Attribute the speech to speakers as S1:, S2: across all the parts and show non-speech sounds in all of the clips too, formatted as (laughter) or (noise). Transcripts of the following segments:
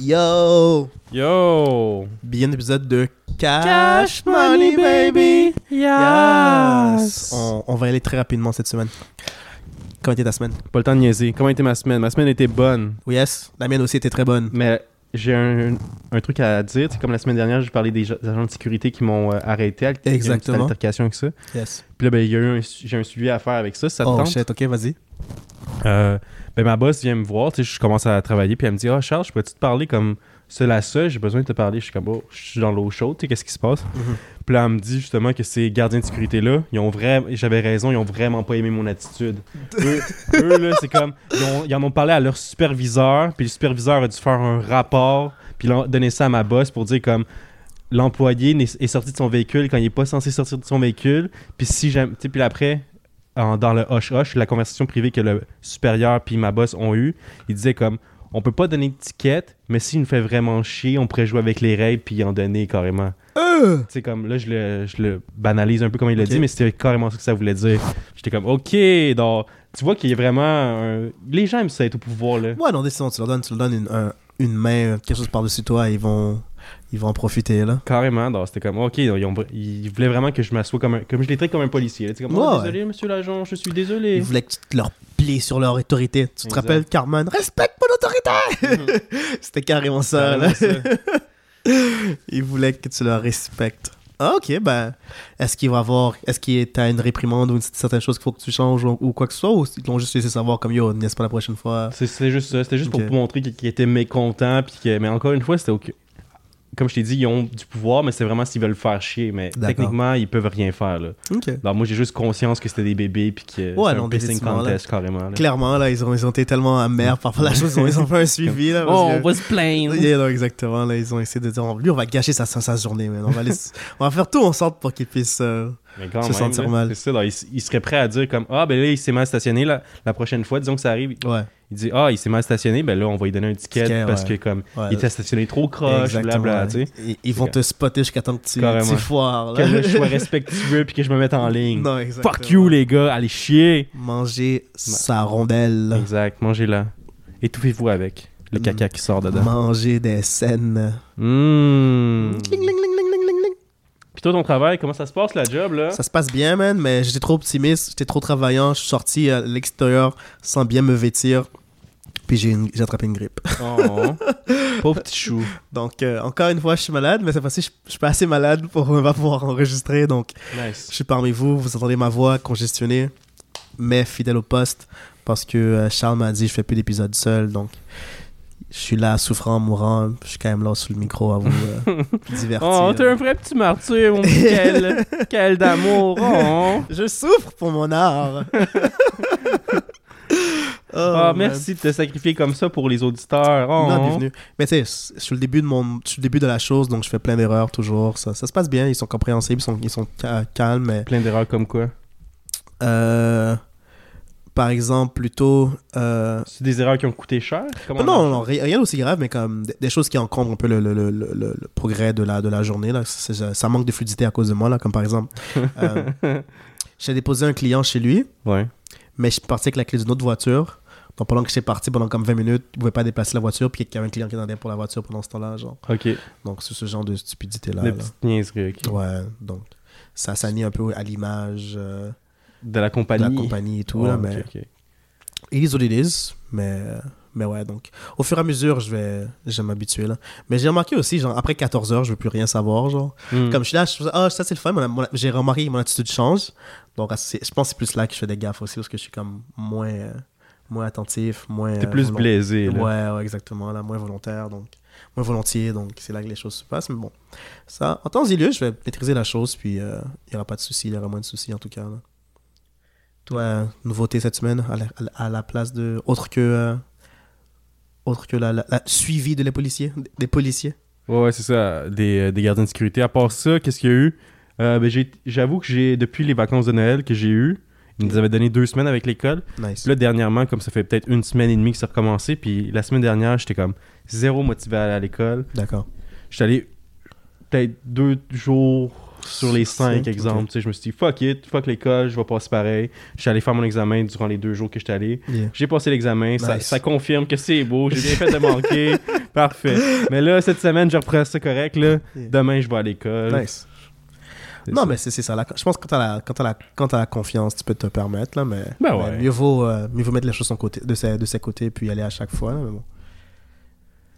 S1: Yo!
S2: Yo!
S1: Bien épisode de Cash,
S2: Cash Money Baby! Yes!
S1: On, on va aller très rapidement cette semaine. Comment était ta semaine?
S2: Pas le temps de niaiser. Comment était ma semaine? Ma semaine était bonne,
S1: Oui, yes, la mienne aussi était très bonne.
S2: mais j'ai un, un truc à dire. C'est comme la semaine dernière, j'ai parlé des ja- agents de sécurité qui m'ont euh, arrêté. à- il y a eu Une petite
S1: Exactement.
S2: altercation avec ça.
S1: Yes.
S2: Puis là, ben, il y a eu un, su- j'ai un suivi à faire avec ça. si ça te
S1: Oh
S2: tente.
S1: shit, ok, vas-y.
S2: Euh, ben, ma boss vient me voir. tu sais, Je commence à travailler. Puis elle me dit Ah, Charles, je peux-tu te parler comme cela, ça? J'ai besoin de te parler. Je suis comme Oh, je suis dans l'eau chaude. tu sais, Qu'est-ce qui se passe? Puis là, elle me dit justement que ces gardiens de sécurité-là, ils ont vraiment. J'avais raison, ils ont vraiment pas aimé mon attitude. Eux, eux, là, c'est comme. Ils, ont- ils en ont parlé à leur superviseur, puis le superviseur a dû faire un rapport, puis l'en- donner ça à ma boss pour dire comme. L'employé n'est- est sorti de son véhicule quand il n'est pas censé sortir de son véhicule. Puis si j'aime. Tu sais, puis après, en- dans le hoche-hoche, la conversation privée que le supérieur puis ma boss ont eue, il disait comme. On peut pas donner de ticket, mais s'il nous fait vraiment chier, on pourrait jouer avec les règles puis en donner carrément.
S1: Euh!
S2: Tu sais, comme là, je le, je le banalise un peu comme il l'a
S1: Ok.
S2: dit, mais c'était carrément ça que ça voulait dire. J'étais comme, ok, donc, tu vois qu'il y a vraiment. un- Les gens aiment ça être au pouvoir, là.
S1: Ouais, non, décidons, tu leur donnes, tu leur donnes une, un- une main, euh, quelque chose par-dessus toi, ils vont, ils vont en profiter, là.
S2: Carrément, donc, c'était comme, ok, donc, ils, ont- ils voulaient vraiment que je m'assoie comme un. Comme je les traite comme un policier. là. Tu sais, comme, oh,
S1: Ouais.
S2: désolé, monsieur l'agent, je suis
S1: Ils
S2: désolé.
S1: voulaient que tu te leur plies sur leur autorité. Tu te
S2: Exact.
S1: rappelles, Carmen? Respecte mon autorité! (laughs) C'était Mm-hmm. carrément ça, là.
S2: Carrément ça.
S1: Ils voulaient que tu leur respectes. Ah, ok, ben, est-ce qu'il va avoir, est-ce qu'il t'as une réprimande ou une certaine chose qu'il faut que tu changes ou, ou quoi que ce soit, ou ils t'ont juste laissé savoir comme yo, n'est-ce pas la prochaine fois?
S2: C'est- C'était juste ça. C'était juste
S1: Ok.
S2: pour montrer qu'ils qu'ils étaient mécontents. Puis que... Mais encore une fois, c'était ok. Comme je t'ai dit, ils ont du pouvoir, mais c'est vraiment s'ils veulent faire chier. Mais
S1: D'accord.
S2: techniquement, ils peuvent rien faire, là.
S1: Ok.
S2: Alors, moi, j'ai juste conscience que c'était des bébés. Puis que
S1: Ouais,
S2: c'est
S1: non,
S2: un pissing
S1: définitivement, là.
S2: contest, carrément. là.
S1: Clairement, là, ils ont, ils ont été tellement amers par par la chose, ils ont, ils ont fait un suivi, là. parce que-
S2: Oh, se
S1: (laughs)
S2: plaindre.
S1: Yeah, non, exactement, là, ils ont essayé de dire, on- lui, on va gâcher sa, sa, sa journée, man. On va, aller- (laughs) on va faire tout en sorte pour qu'il puisse. euh,
S2: Mais quand
S1: Se
S2: même,
S1: sentir
S2: là,
S1: mal.
S2: C'est ça, là, il, s- il serait prêt à dire comme Ah, ben là, il s'est mal stationné. La, la prochaine fois, disons que ça arrive,
S1: Ouais,
S2: il dit Ah, il s'est mal stationné. Ben là, on va lui donner un ticket,
S1: Ticket,
S2: parce
S1: ouais.
S2: que comme
S1: ouais.
S2: il était stationné trop croche,
S1: Exactement,
S2: blabla.
S1: ouais.
S2: tu sais.
S1: Ils, ils vont te spotter jusqu'à temps que tu,
S2: Carrément.
S1: tu foires, là.
S2: Que
S1: (laughs)
S2: je sois respectueux puis que je me mette en ligne.
S1: Non, exactement.
S2: Fuck you, les gars, allez chier.
S1: Manger sa rondelle.
S2: Exact, mangez-la. Étouffez-vous avec le
S1: Mm.
S2: caca qui sort dedans.
S1: Manger des scènes.
S2: Mm.
S1: Ling, ling, ling, ling, ling, ling, ling.
S2: Puis toi, ton travail, comment ça se passe, la job, là
S1: Ça se passe bien, man, mais j'étais trop optimiste, j'étais trop travaillant. Je suis sorti à l'extérieur sans bien me vêtir. Puis j'ai une- j'ai attrapé une grippe. (laughs)
S2: Oh. Pauvre petit chou.
S1: Donc, euh, encore une fois, je suis malade, mais cette fois-ci, je, je suis pas assez malade pour (laughs) ne pas pouvoir enregistrer. Donc, je
S2: Nice.
S1: suis parmi vous, vous entendez ma voix congestionnée, mais fidèle au poste, parce que euh, Charles m'a dit je fais plus d'épisodes seul. Donc, je suis là, souffrant, mourant. Je suis quand même là sous le micro à vous euh, divertir.
S2: Oh, t'es un vrai petit martyr, mon petit quel,
S1: (laughs)
S2: quel d'amour. Oh,
S1: Je souffre pour mon
S2: (laughs)
S1: art. oh,
S2: Oh,
S1: man.
S2: Ah, merci de te sacrifier comme ça pour les auditeurs. Oh,
S1: Non, bienvenue. Mais tu sais, je suis le début de mon, je suis le début de la chose, donc je fais plein d'erreurs toujours. Ça, ça se passe bien, ils sont compréhensibles, ils sont, ils sont ca- calmes. Mais,
S2: Plein d'erreurs comme quoi.
S1: euh, par exemple, plutôt, euh,
S2: C'est des erreurs qui ont coûté cher Comment
S1: non, non,
S2: on
S1: non,
S2: marche?
S1: ri- rien d'aussi grave, mais comme des, des choses qui encombrent un peu le, le- le- le- le- le progrès de la, de la journée. Là. C'est- c'est- ça manque de fluidité à cause de moi, là, comme par exemple, euh,
S2: (laughs)
S1: j'ai déposé un client chez lui.
S2: Ouais.
S1: mais je suis parti avec la clé d'une autre voiture. Donc pendant que j'étais parti, pendant comme 20 minutes, il ne pouvait pas déplacer la voiture, puis il y avait un client qui attendait pour la voiture pendant ce temps-là. Genre.
S2: Ok.
S1: Donc c'est ce genre de stupidité-là.
S2: Des
S1: là.
S2: petites niaiseries, ok.
S1: Ouais, donc ça s'annie un peu à l'image euh,
S2: De la
S1: de
S2: compagnie.
S1: la compagnie et tout.
S2: Oh,
S1: là,
S2: ok,
S1: mais
S2: ok.
S1: il is what it is, mais, euh, mais ouais, donc au fur et à mesure, je vais, je vais m'habituer. Là. Mais j'ai remarqué aussi, genre, après 14 heures, je ne veux plus rien savoir. Genre.
S2: Mm.
S1: Comme je suis là, je suis ah, ça c'est le fun, mon- mon- j'ai remarqué que mon attitude change. Donc ah, c'est- je pense que c'est plus là que je fais des gaffes aussi, parce que je suis comme moins, euh, moins attentif, moins.
S2: T'es
S1: euh,
S2: plus
S1: volont-
S2: blessé là.
S1: Ouais, ouais, exactement, là, moins volontaire, donc moins volontiers, donc c'est là que les choses se passent. Mais bon, ça, en temps et lieu, je vais maîtriser la chose, puis euh, il y n'y aura pas de soucis, il y aura moins de soucis en tout cas. là. Toi, euh, nouveauté cette semaine, à la, à la- à la place de. autre que. euh, autre que la, la- la suivi de les policiers, des policiers.
S2: Ouais, ouais, c'est ça, des, euh, des gardiens de sécurité. À part ça, qu'est-ce qu'il y a eu Euh, ben, j'ai- J'avoue que j'ai, depuis les vacances de Noël que j'ai eues, ils nous avaient donné deux semaines avec l'école.
S1: Nice.
S2: Puis là, dernièrement, comme ça fait peut-être une semaine et demie que ça a recommencé, puis la semaine dernière, j'étais comme zéro motivé à aller à l'école.
S1: D'accord.
S2: J'étais allé peut-être deux jours sur les cinq exemples. Tu sais, Je me suis dit, fuck it, fuck l'école, je vais passer pareil. Je suis allé faire mon examen durant les deux jours que j'étais allé.
S1: Yeah.
S2: J'ai passé l'examen, ça,
S1: Nice.
S2: ça confirme que c'est beau, j'ai bien fait de
S1: (laughs)
S2: manquer. Parfait. Mais là, cette semaine, je reprends ça correct. Là.
S1: Yeah.
S2: Demain, je vais à l'école.
S1: Nice.
S2: C'est
S1: Non,
S2: ça.
S1: mais c'est c'est ça. la- je pense que quand t'as la, quand t'as la, quand t'as la confiance, tu peux te permettre, là, mais,
S2: Ben
S1: mais
S2: ouais.
S1: mieux, vaut, euh, mieux vaut mettre les choses de son côté, de, ses, de ses côtés puis y aller à chaque fois. là, mais bon.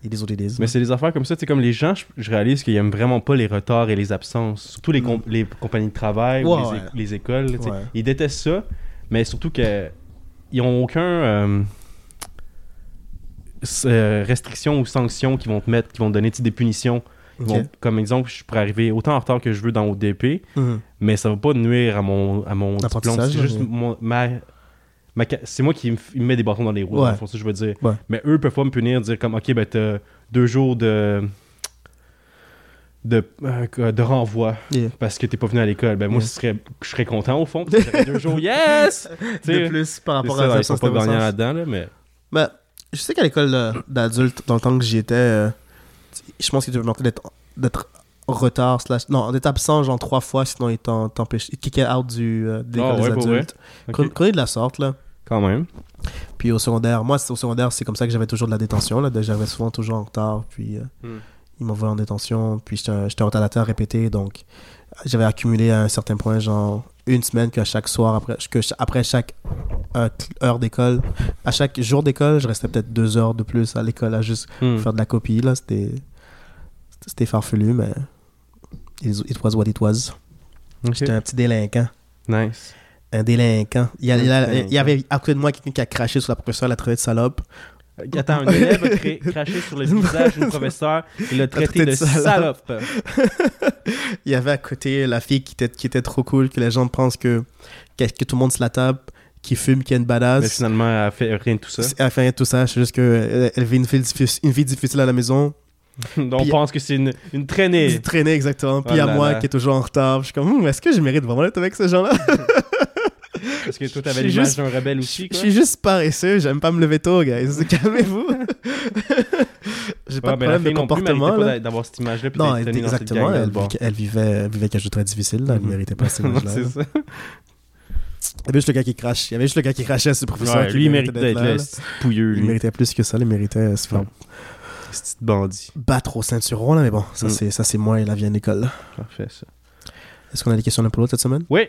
S1: It is what it is.
S2: Mais c'est des affaires comme ça. C'est comme les gens, je, je réalise qu'ils aiment vraiment pas les retards et les absences. Surtout les, com- les compagnies de travail ou
S1: Mm. Ouais,
S2: les, é-
S1: ouais.
S2: les écoles. tu sais.
S1: Ouais.
S2: Ils détestent ça, mais surtout que ils ont aucun euh, s- euh, restriction ou sanction qu'ils vont te mettre, qu'ils vont te donner tu sais, des punitions. Ils
S1: Ok.
S2: vont- comme exemple, je pourrais arriver autant en retard que je veux dans ODP,
S1: Mhm.
S2: mais ça va pas nuire à mon, à mon diplôme.
S1: L'apprentissage,
S2: C'est juste
S1: mais-
S2: mon- ma, ma ca- c'est moi qui me f- me mets des bâtons dans les roues,
S1: Ouais.
S2: dans le fond, ça, je veux dire.
S1: Ouais.
S2: Mais eux peuvent pas me punir, dire comme, OK, ben t'as deux jours de, de, euh, de renvoi
S1: Yeah.
S2: parce que t'es pas venu à l'école. Ben moi,
S1: Yeah.
S2: ce serait, je serais content
S1: (laughs)
S2: au fond, parce que j'aurais deux jours, yes! Tu sais,
S1: De plus par
S2: c'est
S1: rapport
S2: ça,
S1: à
S2: ils sont
S1: l'absence
S2: pas
S1: de bon
S2: gagnants
S1: sens.
S2: là-dedans, là, mais...
S1: Ben, je sais qu'à l'école euh, d'adulte, dans le temps que j'y étais, euh, je pense que tu peux demander d'être d'être en retard, slash, non, d'être absent genre trois fois, sinon ils t'en- t'empêchent, ils te kickaient out du, euh, de
S2: Ah,
S1: l'école
S2: ouais,
S1: des
S2: pour vrai?
S1: adultes.
S2: Ok.
S1: Qu'on- qu'on est de la sorte, là.
S2: Quand même.
S1: Puis au secondaire, moi, c'est- au secondaire, c'est comme ça que j'avais toujours de la détention, là. de- J'avais souvent toujours en retard, puis euh,
S2: Hmm.
S1: ils m'envoyaient en détention, puis j'étais un j'étais un retardataire répété, donc j'avais accumulé à un certain point, genre une semaine qu'à chaque soir, après, que ch- après chaque euh, cl- heure d'école, à chaque jour d'école, je restais peut-être deux heures de plus à l'école à juste
S2: Hmm.
S1: faire de la copie, là. C'était c'était farfelu, mais it it was what it was.
S2: Ok.
S1: J'étais un petit délinquant
S2: Nice.
S1: un délinquant. Il y, a-
S2: Un
S1: il y a-
S2: délinquant.
S1: il y avait à côté de moi quelqu'un qui a craché sur la professeure, l'a traité de salope.
S2: Attends, un élève a cré- craché sur
S1: (laughs)
S2: le visage d'une professeure et l'a traité
S1: traité de
S2: de
S1: salope.
S2: salope.
S1: Il y avait à côté la fille qui était, qui était trop cool, que les gens pensent que, que, que tout le monde se la tape, qui fume, qui est une
S2: Mais
S1: badass.
S2: finalement, elle a fait rien de tout (laughs) ça.
S1: Elle fait rien de tout ça, Ah, c'est juste qu'elle elle vit une vie, difficile, une vie difficile à la maison.
S2: On
S1: Puis-
S2: pense que c'est une, une
S1: Elle
S2: traînée.
S1: traînait exactement. Puis
S2: Oh
S1: à
S2: là
S1: moi
S2: là.
S1: qui est toujours en retard. Je suis comme, Hum, est-ce que je mérite vraiment d'être avec ces gens-là
S2: Parce que toi,
S1: Je
S2: t'avais
S1: suis
S2: l'image
S1: juste-
S2: d'un rebelle
S1: Je
S2: aussi.
S1: suis
S2: Quoi.
S1: je suis juste paresseux, j'aime pas me lever tôt, guys. (laughs) Calmez-vous.
S2: (laughs)
S1: J'ai pas
S2: Ouais,
S1: de
S2: ben, la
S1: problème de
S2: fille non plus
S1: comportement.
S2: méritait pas
S1: là.
S2: d'a- d'avoir cette image-là. puis
S1: Non,
S2: d'être
S1: elle-
S2: tenue dans cette
S1: exactement.
S2: gang-là,
S1: Elle,
S2: de bord.
S1: vivait- elle vivait, elle vivait quelque chose de très difficile.
S2: (laughs)
S1: là, Elle ne
S2: Mhm.
S1: méritait pas cette
S2: Non,
S1: image-là.
S2: c'est
S1: là.
S2: ça.
S1: Il y avait juste le gars qui crache. Il y avait juste le gars qui crachait sur le professeur.
S2: Ouais,
S1: qui
S2: lui, il mérite d'être
S1: là,
S2: là.
S1: là.
S2: c'est pouilleux,
S1: Il
S2: lui.
S1: méritait plus que ça. là. Il méritait euh, se faire
S2: Ouais. C'est petit bandit.
S1: battre au ceinturon. Là, mais bon, ça,
S2: Mm.
S1: c'est, ça, c'est moi et la vie à l'école.
S2: Parfait, ça.
S1: Est-ce qu'on a des questions d'un pour l'autre cette semaine
S2: Oui,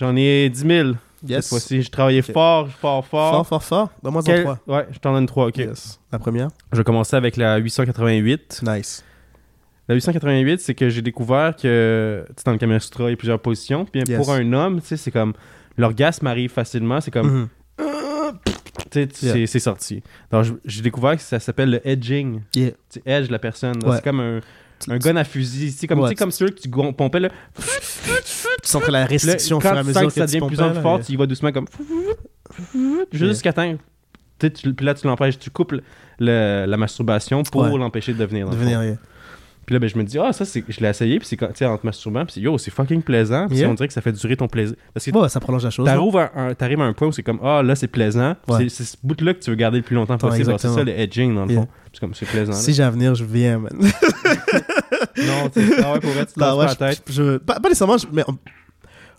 S2: j'en ai 10 000. Cette fois-ci, j'ai travaillé
S1: Ok.
S2: fort, fort, fort.
S1: Fort, fort, fort. Donne-moi en
S2: Quel-
S1: trois.
S2: Ouais, je t'en donne 3, ok.
S1: Yes. La première.
S2: Je vais commencer avec la 888.
S1: Nice.
S2: La 888, c'est que j'ai découvert que tu sais, dans le Kama Sutra, il y a plusieurs positions. Puis
S1: Yes.
S2: pour un homme, tu sais, c'est comme l'orgasme arrive facilement. C'est comme,
S1: Mhm.
S2: tu sais, tu-
S1: Yeah.
S2: c'est- c'est sorti. Donc je- j'ai découvert que ça s'appelle le edging.
S1: Yeah.
S2: Tu edge la personne. Donc,
S1: Ouais.
S2: C'est comme un,
S1: Tu-
S2: un
S1: tu-
S2: gun à fusil. C'est comme,
S1: Ouais,
S2: tu sais,
S1: tu-
S2: comme ceux que tu gon- pompais. Là.
S1: Tu sens que la
S2: Puis là,
S1: restriction au fur
S2: quand
S1: et à
S2: tu sens
S1: mesure
S2: que ça
S1: tu
S2: devient de plus en
S1: pompais,
S2: plus
S1: là,
S2: fort,
S1: et-
S2: tu y vas doucement comme. Jusqu'à temps. tu sais, tu- Puis là, tu l'empêches, tu coupes le- la masturbation pour
S1: Ouais.
S2: l'empêcher de devenir. dans le fond.
S1: Devenir, yeah.
S2: Puis là, ben, je me dis, ah, ça, c'est... je l'ai essayé, puis c'est quand, tu sais, en te masturbant, puis c'est, yo, c'est fucking plaisant, puis
S1: Yeah.
S2: on dirait que ça fait durer ton plaisir. Parce que
S1: Ouais, ça prolonge la chose. là.
S2: t'arrives à, un, t'arrives à un point où c'est comme, ah, là, c'est plaisant, puis
S1: Ouais.
S2: c'est, c'est ce bout-là que tu veux garder le plus longtemps
S1: Attends,
S2: possible. Alors, c'est ça le
S1: exactement.
S2: edging, dans le
S1: Yeah.
S2: fond. C'est comme, c'est plaisant. là.
S1: Si j'ai à venir, je viens, (laughs) man.
S2: Non, tu sais, ah ouais, pour vrai, tu te
S1: Non,
S2: lances
S1: ouais,
S2: pas la
S1: je-
S2: tête.
S1: je, je- pas, pas nécessairement, je, mais on-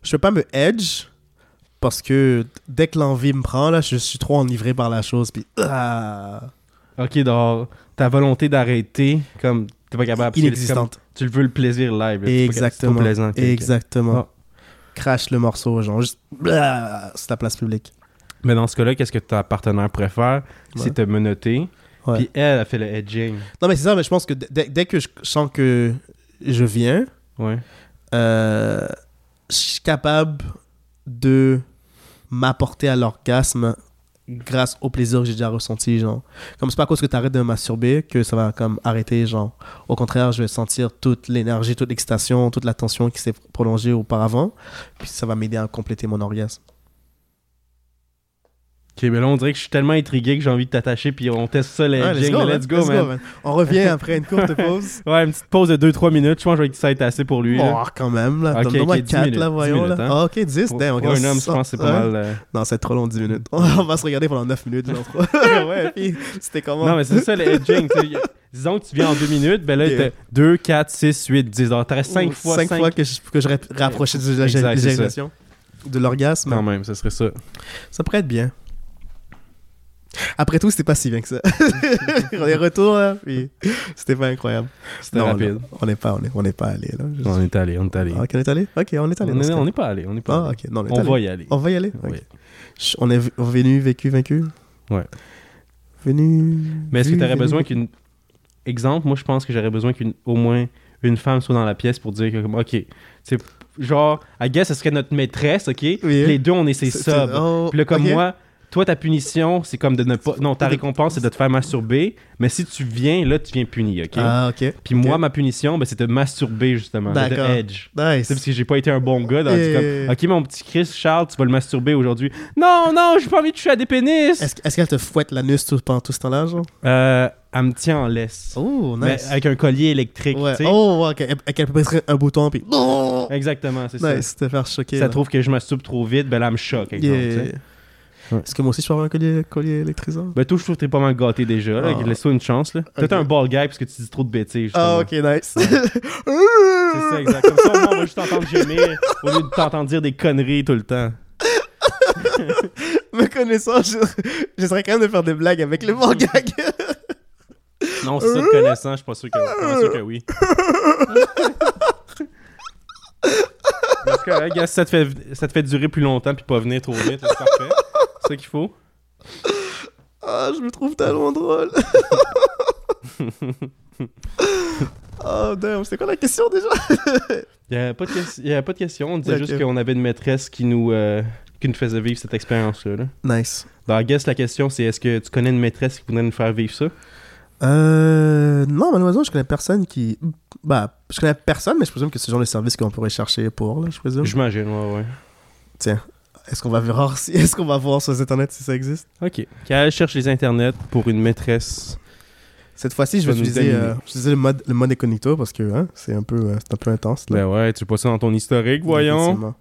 S1: je peux pas me edge parce que dès que l'envie me prend, là, je, suis trop enivré par la chose. Puis, ah,
S2: Ok, donc, ta volonté d'arrêter, comme, t'es pas capable. parce que c'est
S1: inexistante.
S2: comme, tu le veux le plaisir live. là, c'est pas-
S1: Exactement.
S2: C'est trop plaisant. ok, ok.
S1: Exactement.
S2: Ah.
S1: Crache le morceau, genre, juste, ah, c'est la place publique.
S2: Mais dans ce cas-là, qu'est-ce que ta partenaire pourrait faire?
S1: Ouais.
S2: C'est te menoter,
S1: Ouais.
S2: puis elle a fait le edging.
S1: Non, mais c'est ça, mais je pense que dès, dès que je sens que je viens,
S2: Ouais.
S1: euh, je suis capable de m'apporter à l'orgasme grâce au plaisir que j'ai déjà ressenti genre comme c'est pas à cause que t'arrêtes de masturber que ça va comme arrêter genre au contraire je vais sentir toute l'énergie toute l'excitation toute la tension qui s'est prolongée auparavant puis ça va m'aider à compléter mon orgasme
S2: Ok, mais là, on dirait que je suis tellement intrigué que j'ai envie de t'attacher, puis on teste ça, les
S1: Ouais,
S2: let's, go, let's, go,
S1: let's
S2: man.
S1: on revient après une courte pause
S2: Ouais, une petite pause de 2-3 minutes. Je pense que je vais- ça va être assez pour (laughs) lui. là.
S1: oh, quand même là
S2: Ok,
S1: donne-moi
S2: ok, 10
S1: 4
S2: minutes,
S1: là
S2: 10
S1: voyons
S2: minutes,
S1: là
S2: hein.
S1: Ah, ok (laughs) 10
S2: Pour,
S1: damn,
S2: pour
S1: ok,
S2: un
S1: on
S2: homme, je
S1: sort-
S2: pense que c'est
S1: ouais.
S2: pas mal. euh.
S1: Non, c'est trop long, 10
S2: (laughs)
S1: minutes. On va se regarder pendant 9 minutes. genre. ouais, puis c'était comment (laughs)
S2: Non, mais c'est ça, le edging. tu sais, y a- Disons que tu viens en deux minutes, ben là,
S1: Yeah.
S2: t'as 2, 4, 6, 8, 10. Alors, t'aurais 5 fois 5
S1: cinq fois que je, que je rap- rapprochais de la
S2: Exact, c'est ça.
S1: l'éjaculation, de l'orgasme.
S2: Quand même, ce serait ça.
S1: Ça pourrait être bien. Après tout, c'était pas si bien que ça. (laughs) on est retour là, puis c'était pas incroyable.
S2: C'était
S1: Non,
S2: rapide.
S1: non, On n'est pas, on est, on est pas allé là. Je-
S2: On est allé, on est allé.
S1: Ah, ok, on est allé. Ok, on est allé.
S2: On
S1: dans ce
S2: est-
S1: cas.
S2: on n'est pas allé, on n'est pas
S1: Ah,
S2: allé.
S1: ok, non, on est
S2: On
S1: allé.
S2: va y aller.
S1: On va y aller. ok.
S2: Oui.
S1: Ch- On est v- venu, vécu, vaincu.
S2: Ouais.
S1: Venu.
S2: Mais est-ce que
S1: vu,
S2: tu aurais
S1: vécu.
S2: besoin qu'une. Exemple, moi, je pense que j'aurais besoin qu'une au moins une femme soit dans la pièce pour dire que, comme, OK, c'est genre, I guess, ce serait notre maîtresse, OK? Les deux, on est ses
S1: C'est-
S2: subs.
S1: c'est- oh,
S2: Puis là, comme
S1: ok.
S2: moi, toi, ta punition, c'est comme de ne pas. Non, ta récompense, c'est de te faire masturber. Mais si tu viens, là, tu viens puni, OK?
S1: Ah, ok.
S2: Puis moi, ma punition, ben, c'est de masturber, justement. De
S1: D'accord.
S2: edge.
S1: Nice.
S2: C'est parce que j'ai pas été un bon gars. dans
S1: Et-
S2: comme, OK, mon petit Chris, Charles, tu vas le masturber aujourd'hui. Non, non, j'ai pas envie de toucher à des pénis.
S1: Est-ce est-ce qu'elle te fouette l'anus tout, pendant tout ce temps-là, genre
S2: Euh, elle me tient en laisse.
S1: Oh,
S2: Mais avec un collier électrique,
S1: Ouais.
S2: tu sais.
S1: Oh, ouais, qu'elle qu'elle peut presser un bouton, puis. Oh!
S2: Exactement, c'est ça.
S1: Nice, te faire
S2: Si
S1: choquer.
S2: elle
S1: là.
S2: trouve que je masturbe trop vite, ben là, elle me choque, exemple,
S1: Yeah.
S2: tu sais. Ouais.
S1: Est-ce que moi aussi je peux avoir un collier, collier électrisant
S2: Ben, toi, je trouve que t'es pas mal gâté déjà. là.
S1: Ah.
S2: Laisse-toi une chance, là. Toi,
S1: Ok.
S2: t'es un ball guy parce que tu dis trop de bêtises,
S1: Ah,
S2: justement.
S1: ok, nice. (laughs)
S2: C'est ça, exact. Comme ça, au moins, on va juste t'entendre gémir au lieu de t'entendre dire des conneries tout le temps.
S1: Me connaissant, je- j'essaierais quand même de faire des blagues avec le manga.
S2: Non, c'est ça, te connaissant, je suis pas sûr que, je suis sûr que oui. Parce que, hein, gars, si ça te, fait, ça te fait durer plus longtemps puis pas venir trop vite, là, c'est parfait. C'est ça qu'il faut.
S1: Ah, je me trouve tellement (laughs) drôle. oh, damn, c'était quoi la question déjà
S2: Il n'y avait, pas de ques- il y avait pas de question. On disait
S1: Ok.
S2: juste qu'on avait une maîtresse qui nous, euh, qui nous faisait vivre cette expérience-là. là.
S1: Nice.
S2: Dans I guess, la question, c'est est-ce que tu connais une maîtresse qui voudrait nous faire vivre ça
S1: Euh. Non, malheureusement, je connais personne qui. Bah, je connais personne, mais je présume que c'est le genre de service qu'on pourrait chercher pour, là, je présume.
S2: J'imagine, ouais, ouais.
S1: Est-ce qu'on va voir si... (laughs) Est-ce qu'on va voir sur les internet si ça existe
S2: Ok. Qu'elle cherche les internets pour une maîtresse.
S1: Cette fois-ci, je vais
S2: Ça nous
S1: utiliser,
S2: domine.
S1: euh, je vais utiliser le mode, le mode incognito parce que hein, c'est un peu, euh, c'est un peu intense. Là.
S2: Ben ouais, tu pas ça dans ton historique, voyons.
S1: Effectivement.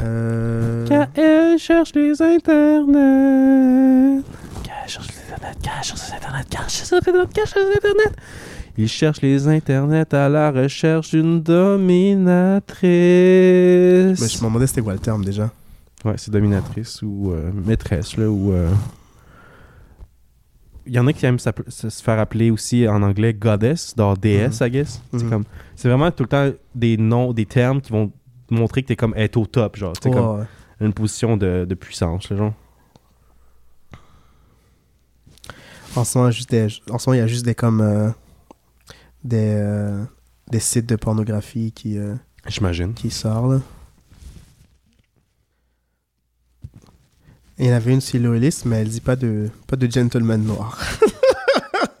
S1: Euh...
S2: elle cherche les internets. Qu'elle cherche les internets, qu'elle cherche les internets, qu'elle cherche les internets, qu'elle cherche les internets. Il cherche les internets à la recherche d'une dominatrice.
S1: Mais je me demandais c'était quoi le terme déjà.
S2: Ben, Ouais, c'est dominatrice ou euh, maîtresse, là, ou... euh, Il y en a qui aiment s'appe- se se faire appeler aussi en anglais goddess, dans déesse, I guess. C'est
S1: Mhm.
S2: comme... C'est vraiment tout le temps des noms, des termes qui vont montrer que t'es comme être au top, genre. C'est
S1: Oh, Ouais,
S2: comme
S1: ouais.
S2: une position de, de puissance, là, genre.
S1: En ce moment, juste des- en ce moment, il y a juste des comme euh, des euh, des sites de pornographie qui euh,
S2: J'imagine.
S1: qui sortent. là. Il y en avait une sur Loelis, mais elle dit pas de pas de gentleman
S2: (laughs)
S1: noir.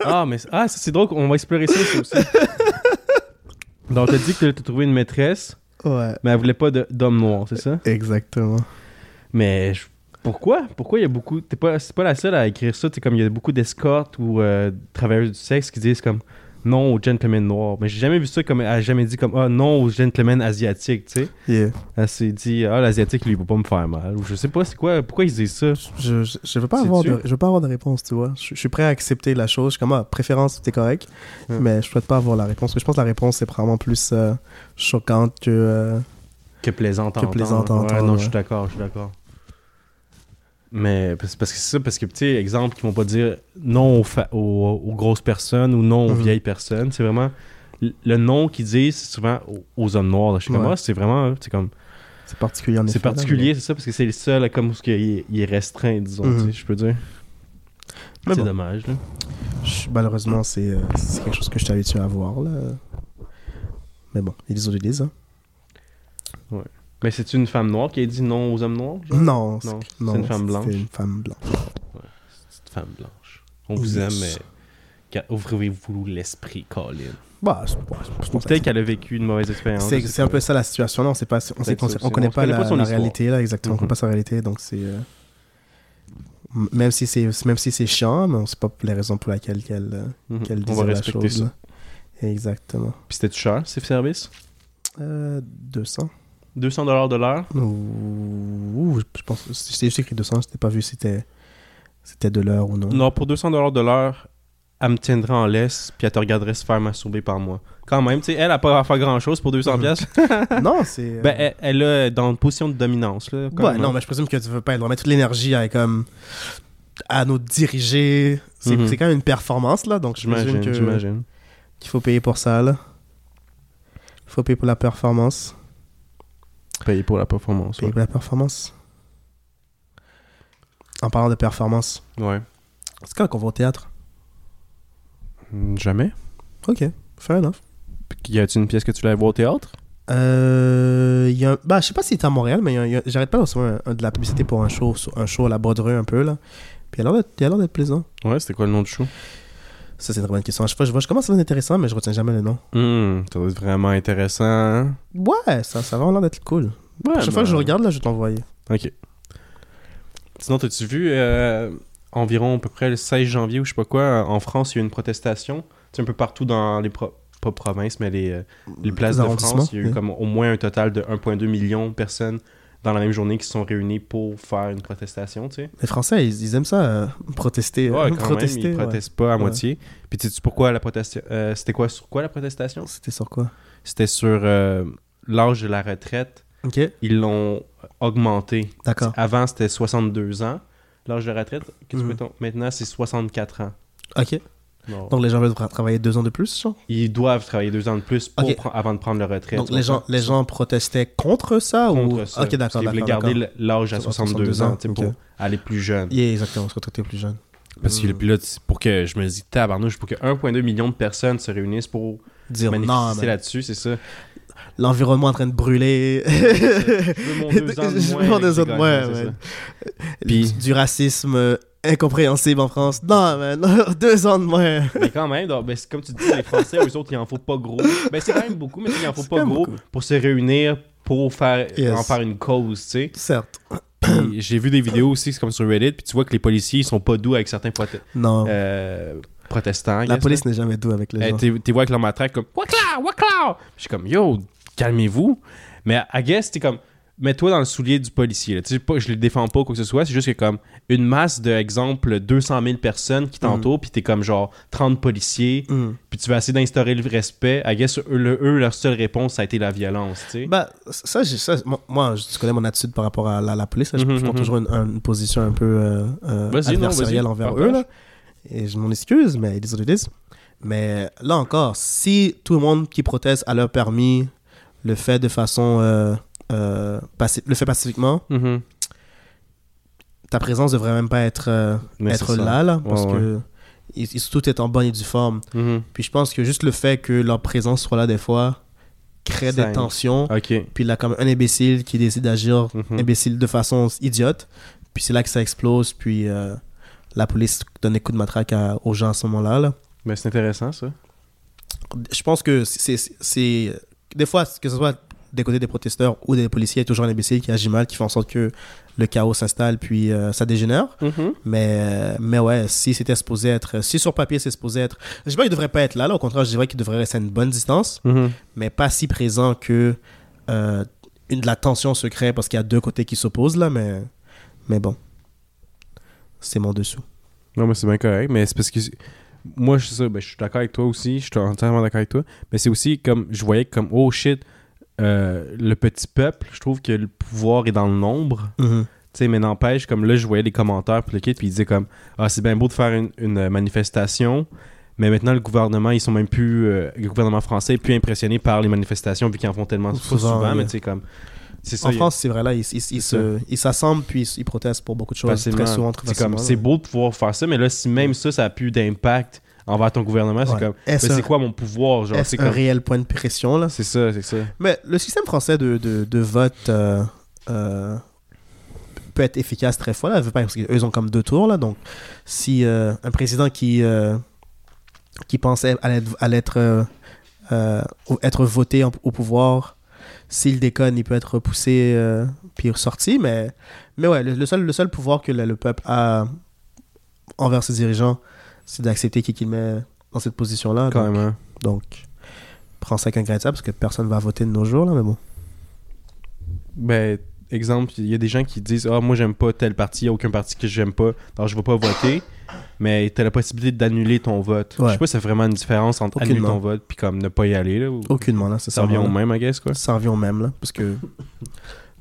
S2: ah, mais... Ah, ça, c'est drôle, on va explorer ça, ça (laughs) aussi. Donc, t'as dit que t'as trouvé une maîtresse,
S1: Ouais.
S2: mais elle voulait pas de- d'homme noir, c'est ça?
S1: Exactement.
S2: Mais je- pourquoi? Pourquoi il y a beaucoup... T'es pas... C'est pas la seule à écrire ça. C'est comme il y a beaucoup d'escortes ou euh, travailleurs du sexe qui disent comme non aux gentlemen noirs. Mais j'ai jamais vu ça comme... Elle a jamais dit comme ah non aux gentlemen asiatiques, tu sais.
S1: Yeah.
S2: Elle s'est dit ah l'asiatique lui il peut pas me faire mal. Ou je sais pas c'est quoi... Pourquoi ils disent ça?
S1: Je, je, je veux pas
S2: C'est
S1: avoir
S2: sûr.
S1: de, je veux pas avoir de réponse, tu vois. Je, je suis prêt à accepter la chose. Je suis comme, ah, préférence, t'es correct.
S2: Ouais.
S1: Mais je souhaite pas avoir la réponse. Parce que je pense que la réponse, c'est probablement plus euh, choquante que. euh,
S2: Que plaisante à
S1: Que
S2: entendre.
S1: plaisante à
S2: Ouais,
S1: entendre,
S2: Non,
S1: ouais.
S2: je suis d'accord, je suis d'accord. Mais parce parce que c'est ça, parce que, tu sais, exemple, qui vont pas dire non aux, fa- aux- aux grosses personnes ou non aux
S1: Mhm.
S2: vieilles personnes. C'est vraiment l- le non qu'ils disent, c'est souvent aux, aux hommes noirs. là. Je suis comme,
S1: Ouais.
S2: ah, c'est vraiment, c'est comme,
S1: c'est particulier en effet,
S2: c'est
S1: là,
S2: particulier, c'est ça, parce que c'est le seul, comme, où ce qu'il est- il est restreint, disons,
S1: Mhm.
S2: tu sais, je peux dire.
S1: Mais
S2: C'est
S1: bon.
S2: dommage, là.
S1: mais je- malheureusement, c'est euh, c'est quelque chose que je suis habitué à voir, là. Mais bon, ils ont des hein.
S2: Mais c'est une femme noire qui a dit non aux hommes noirs? genre?
S1: Non,
S2: Non,
S1: c'est-
S2: c'est une femme blanche.
S1: C'est une femme blanche.
S2: C'est une femme blanche. On vous
S1: Yes.
S2: aime, mais ca- ouvrez-vous l'esprit, Colin.
S1: Bah, je- bah, je- je
S2: Ou
S1: pense que
S2: peut-être qu'elle a vécu une mauvaise expérience.
S1: c'est
S2: je sais
S1: c'est un
S2: pas.
S1: peu ça la situation. Là, on sait pas, on, sait
S2: Peut-être
S1: qu'on-
S2: ça aussi.
S1: on connaît
S2: On
S1: pas
S2: connaît
S1: la,
S2: pas son
S1: la
S2: histoire.
S1: réalité là, exactement. On
S2: Mhm.
S1: connaît pas sa réalité, donc c'est euh, m- même si c'est même si c'est chiant, mais on sait pas les raisons pour lesquelles qu'elle euh,
S2: Mhm.
S1: qu'elle
S2: On va
S1: désire la
S2: respecter
S1: chose.
S2: ça.
S1: là. Exactement.
S2: Puis c'était cher, ces services?
S1: Euh, 200.
S2: 200 dollars de l'heure.
S1: Ouh, ouh, je pense j'ai juste écrit 200, je n'ai pas vu si c'était c'était de l'heure ou non.
S2: Non, pour 200 dollars de l'heure, elle me tiendrait en laisse, puis elle te regarderait se faire masturber par moi. Quand même, tu sais, elle a pas à faire grand chose pour 200$.
S1: (laughs)
S2: piastres.
S1: Non, c'est. euh,
S2: ben, elle, elle est dans une position de dominance. Là, quand
S1: ouais,
S2: même.
S1: non, mais je présume que tu veux pas. Elle doit mettre toute l'énergie à, comme, à nous diriger. C'est
S2: Mhm.
S1: c'est quand même une performance, là. Donc, je
S2: j'imagine.
S1: présume que- qu'il
S2: j'imagine.
S1: faut payer pour ça, là. Il faut payer pour la performance.
S2: Payer pour la performance.
S1: Payer
S2: Ouais.
S1: pour la performance. En parlant de performance,
S2: Ouais.
S1: c'est quand qu'on va au théâtre
S2: Hmm, Jamais.
S1: Ok, fair enough.
S2: Puis, Y a-t-il une pièce que tu voulais voir au théâtre
S1: Euh, il y a un- bah, je sais pas si c'est à Montréal, mais il y a- il y a- j'arrête pas de recevoir un- un- de la publicité pour un show, sur- un show à la Baudreux un peu là. Puis alors, il a l'air d'être plaisant.
S2: Ouais, c'était quoi le nom du show
S1: Ça c'est une très bonne question. À chaque fois, je vois, je commence à être intéressant, mais je retiens jamais le nom.
S2: Hmm, ça doit être vraiment intéressant. hein?
S1: Ouais, ça, ça va l'air d'être cool.
S2: Ouais,
S1: à chaque fois que je
S2: ben,
S1: regarde là, je vais t'envoyer.
S2: Ok. Sinon, t'as-tu vu euh, environ à peu près le 16 janvier ou je sais pas quoi, en France, il y a eu une protestation. Tu sais, un peu partout dans les pro- pas provinces, mais les, euh, les places de
S1: arrondissements,
S2: France. Il y a eu
S1: oui.
S2: comme au moins un total de 1,2 million de personnes dans la même journée qui se sont réunies pour faire une protestation, tu sais.
S1: Les Français, ils, ils aiment ça euh, protester, (laughs)
S2: Ouais, quand
S1: protester.
S2: même, ils
S1: ouais.
S2: protestent pas à
S1: Ouais.
S2: moitié. Puis sais-tu pourquoi la protestation... euh, C'était quoi, sur quoi la protestation?
S1: C'était sur quoi
S2: C'était sur euh, l'âge de la retraite.
S1: Ok,
S2: Ils l'ont augmenté.
S1: d'accord.
S2: Avant, c'était 62 ans. L'âge de retraite, qu'est-ce
S1: Mhm.
S2: que mettons? maintenant, c'est 64 ans.
S1: Ok. Donc les gens veulent tra- travailler deux ans de plus, genre.
S2: Ils doivent travailler deux ans de plus pour
S1: Ok.
S2: pre- avant de prendre leur retraite.
S1: Donc les gens, les gens protestaient contre ça
S2: Contre
S1: ou
S2: ça,
S1: Ok,
S2: parce
S1: d'accord,
S2: qu'ils voulaient
S1: d'accord.
S2: garder
S1: d'accord.
S2: l- l'âge à 62,
S1: 62
S2: ans
S1: ans,
S2: tu sais,
S1: ok.
S2: pour aller plus jeune.
S1: Yeah, exactement, se retraiter plus jeune.
S2: Parce que le pilote, c'est pour que je me dis, tabarnouche, pour que 1,2 million de personnes se réunissent pour
S1: Dire non,
S2: manifester
S1: mais
S2: là-dessus,
S1: (laughs)
S2: c'est ça.
S1: l'environnement en train de brûler. (laughs)
S2: Je veux mon deux ans de
S1: Je veux
S2: moins
S1: mon
S2: avec
S1: deux ans de
S2: les
S1: moins,
S2: gagnants, c'est
S1: ouais.
S2: ça.
S1: Du,
S2: Puis-
S1: du racisme euh, incompréhensible en France. Non, (laughs) man, deux ans de moins.
S2: Mais quand même, donc, ben, c'est comme tu dis, les Français, eux autres, il en faut pas gros. Ben, c'est quand même beaucoup, mais il en faut
S1: C'est
S2: pas
S1: quand même
S2: gros pour se réunir, pour faire,
S1: Yes.
S2: en faire une cause, tu sais.
S1: (clears throat) Certes.
S2: Puis j'ai vu des vidéos aussi, c'est comme sur Reddit, puis tu vois que les policiers, ils sont pas doux avec certains prote-
S1: Non.
S2: euh, protestants. I
S1: la
S2: guess,
S1: police n'est jamais doux avec les
S2: là. Euh,
S1: gens.
S2: t'es- T'es vois avec leur matraque comme « Wakla! Wakla! » Je suis comme « Yo, calmez-vous! » Mais I guess, t'es comme « Mets-toi dans le soulier du policier. là. » Tu sais, pas- Je les défends pas ou quoi que ce soit, c'est juste que comme une masse de, exemple, 200 000 personnes
S1: Mm.
S2: qui t'entourent, puis t'es comme genre 30 policiers,
S1: Hmm.
S2: puis tu vas essayer d'instaurer le respect. I guess, eux, le- eux, leur seule réponse, ça a été la violence, tu sais.
S1: Bah, ça, j'ai- ça, moi- moi, je- tu connais mon attitude par rapport à la, la police. là. Je,
S2: Mhm,
S1: je prends
S2: mhm.
S1: toujours une, une position un peu euh, euh,
S2: Vas-y, non,
S1: adversarielle
S2: vas-y,
S1: envers
S2: partage.
S1: eux. là. Et je m'en excuse, mais ils what it is. Mais là encore, si tout le monde qui proteste à leur permis le fait de façon. euh, euh, paci- le fait pacifiquement,
S2: Mhm.
S1: ta présence devrait même pas être, euh, être
S2: Nécessaire.
S1: là, là, parce
S2: Ouais,
S1: que ils- ils- tout est en bonne et due forme.
S2: Mhm.
S1: Puis je pense que juste le fait que leur présence soit là des fois crée
S2: Ça- Ah.
S1: des tensions.
S2: OK.
S1: Puis là, comme un imbécile qui décide d'agir
S2: Mhm.
S1: imbécile de façon idiote, puis c'est là que ça explose, puis euh, la police donne des coups de matraque à- aux gens à ce moment-là. là.
S2: Mais c'est intéressant, ça.
S1: Je pense que c'est- c'est... c'est- Des fois, que ce soit des côtés des protesteurs ou des policiers, il y a toujours un imbécile qui agit mal, qui fait en sorte que le chaos s'installe, puis euh, ça dégénère. Mais, euh, mais ouais, si c'était supposé être, si sur papier c'est supposé être, je dis pas qu'il devrait pas être là, là, au contraire, je dirais qu'il devrait rester à une bonne distance,
S2: Mm-hmm.
S1: mais pas si présent que euh, une, de la tension se crée parce qu'il y a deux côtés qui s'opposent là, mais, mais bon, c'est mon dessous.
S2: Non, mais c'est bien correct. Mais c'est parce que c'est- moi, je, suis ça, ben, je suis d'accord avec toi aussi. Je suis entièrement d'accord avec toi. Mais c'est aussi comme je voyais comme oh shit, euh, le petit peuple, je trouve que le pouvoir est dans le nombre.
S1: Mhm.
S2: Tu sais, mais n'empêche, comme là, je voyais les commentaires puis le kit, puis ils disaient comme Ah, c'est bien beau de faire une, une manifestation, mais maintenant le gouvernement, ils sont même plus. euh, le gouvernement français est plus impressionné par les manifestations vu qu'ils en font tellement pas souvent,
S1: Souvent, oui.
S2: mais tu sais, comme. C'est ça.
S1: en
S2: il y a-
S1: France, c'est vrai, là, ils ils- ils
S2: ça.
S1: se- ils s'assemblent puis ils, ils protestent pour beaucoup de choses,
S2: facilement.
S1: très souvent, très
S2: C'est comme,
S1: facilement,
S2: c'est
S1: là.
S2: beau de pouvoir faire ça, mais là, si même ça, ça a plus d'impact envers ton gouvernement, c'est
S1: Ouais.
S2: comme, mais
S1: Est-ce un-
S2: c'est quoi mon pouvoir? Genre,
S1: Est-ce
S2: c'est
S1: un
S2: comme-
S1: réel point de pression là
S2: c'est ça, c'est ça.
S1: Mais le système français de, de, de vote euh, euh, peut être efficace très fort. Là. Veut pas- Parce qu'eux ils ont comme deux tours. Là. Donc, si euh, un président qui, euh, qui pensait à l'être- à l'être, euh, euh, au- être voté en- au pouvoir, s'il déconne, il peut être repoussé euh, puis ressorti. Mais, mais ouais, le, le seul, le seul pouvoir que le, le peuple a envers ses dirigeants, c'est d'accepter qui qu'il met dans cette position-là.
S2: Quand
S1: Ah, Donc,
S2: même, hein.
S1: donc, prends ça avec un grain de sable parce que personne va voter de nos jours, là, mais bon.
S2: Ben, exemple, il y a des gens qui disent Ah, moi, j'aime pas telle partie, il n'y a aucun parti que j'aime pas, alors je vais pas voter. Mais tu as la possibilité d'annuler ton vote.
S1: Ouais.
S2: Je sais pas si c'est vraiment une différence entre
S1: Aucunement.
S2: annuler ton vote puis comme ne pas y aller. Là, ou...
S1: Aucunement, là. hein, Ça,
S2: Ça revient
S1: vraiment-
S2: au même, I guess, quoi.
S1: Ça revient au même, là. Parce que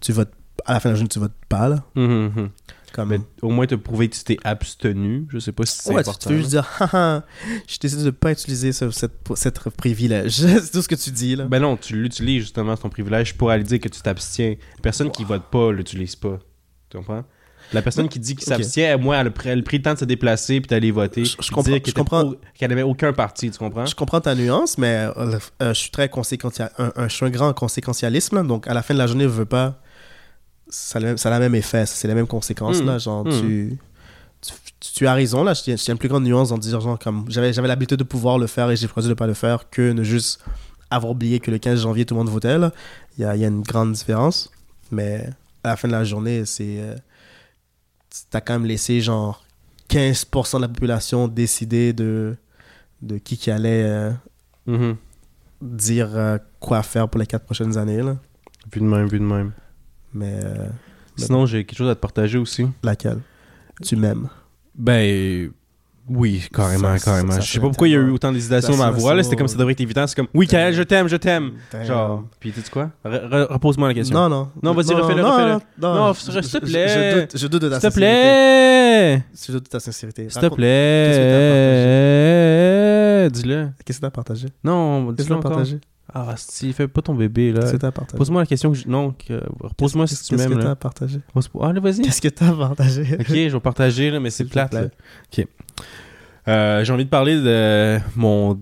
S1: tu votes. À la fin de la journée, tu votes pas, là.
S2: Mhm, mhm.
S1: Comme...
S2: Mais au moins, te prouver que tu t'es abstenu. Je sais pas si c'est
S1: Ouais, tu- tu
S2: important.
S1: peux
S2: là.
S1: juste dire, (laughs) haha, je décide de pas utiliser ce, cette, cette privilège. (laughs) c'est tout ce que tu dis, là.
S2: Ben non, tu l'utilises justement, ton privilège, pour aller dire que tu t'abstiens. La personne qui vote pas l'utilise pas. Tu comprends? La personne qui dit qu'il
S1: Ok.
S2: s'abstient, elle, moi, elle a, pris, elle a pris le temps de se déplacer puis d'aller voter.
S1: Je- je
S2: puis
S1: comprends-
S2: dire
S1: je
S2: qu'elle était
S1: comprends.
S2: pour- Qu'elle n'aimait aucun parti, tu comprends?
S1: Je comprends ta nuance, mais euh, euh, je suis très conséquentiel, un, un- je suis un grand conséquentialisme, là. donc à la fin de la journée, je veux pas. Ça a le même, ça a le même effet, c'est les mêmes conséquences,
S2: Mm.
S1: là. Genre,
S2: Mm.
S1: tu, tu, tu- tu as raison, là. Je tiens, je tiens une plus grande nuance en disant, genre, comme j'avais j'avais l'habitude de pouvoir le faire et j'ai choisi de pas le faire que ne juste avoir oublié que le 15 janvier, tout le monde votait, là. Il y a, il y a une grande différence, mais à la fin de la journée, c'est. euh, T'as quand même laissé, genre, 15% de la population décider de, de qui qui allait. euh,
S2: Mhm.
S1: dire euh, quoi faire pour les quatre prochaines années. Là.
S2: Vu de même, vu de même.
S1: Mais euh,
S2: Sinon, j'ai quelque chose à te partager aussi.
S1: laquelle Tu m'aimes.
S2: Ben. Oui, carrément,
S1: Ça- ça-
S2: carrément.
S1: ça
S2: je sais
S1: fait
S2: pas pourquoi il y a eu
S1: tellement-
S2: autant d'hésitation
S1: ça-
S2: dans ma
S1: ça-
S2: voix.
S1: ça-
S2: là. C'était comme ça devrait être évident. C'est comme, oui, Kael, je t'aime, je t'aime.
S1: Damn.
S2: Genre. Puis, tu quoi? Re- re- Repose-moi la question.
S1: Non, non.
S2: Non, vas-y, refais-le,
S1: non,
S2: refais-le.
S1: Non,
S2: Non,
S1: je-
S2: s'il te
S1: je- je-
S2: plaît.
S1: Je, doute, je doute de ta
S2: S'il te
S1: sincérité.
S2: plaît!
S1: Je doute de ta sincérité.
S2: S'il te
S1: Raconte-
S2: plaît, dis-le.
S1: Qu'est-ce que t'as partagé
S2: Non,
S1: Qu'est-ce
S2: dis-le
S1: que t'as
S2: encore.
S1: partagé
S2: Ah, si, fais pas ton bébé là.
S1: Qu'est-ce que t'as partagé
S2: Pose-moi la question que je... non, que... pose-moi si
S1: Qu'est-ce
S2: tu m'aimes
S1: que t'as
S2: là.
S1: partagé
S2: Pose- Ah, là, vas-y.
S1: Qu'est-ce que t'as (laughs)
S2: (laughs)
S1: partagé
S2: Ok, je vais partager là, mais c'est
S1: S'il te
S2: plate.
S1: plaît.
S2: là. Ok. Euh, J'ai envie de parler de mon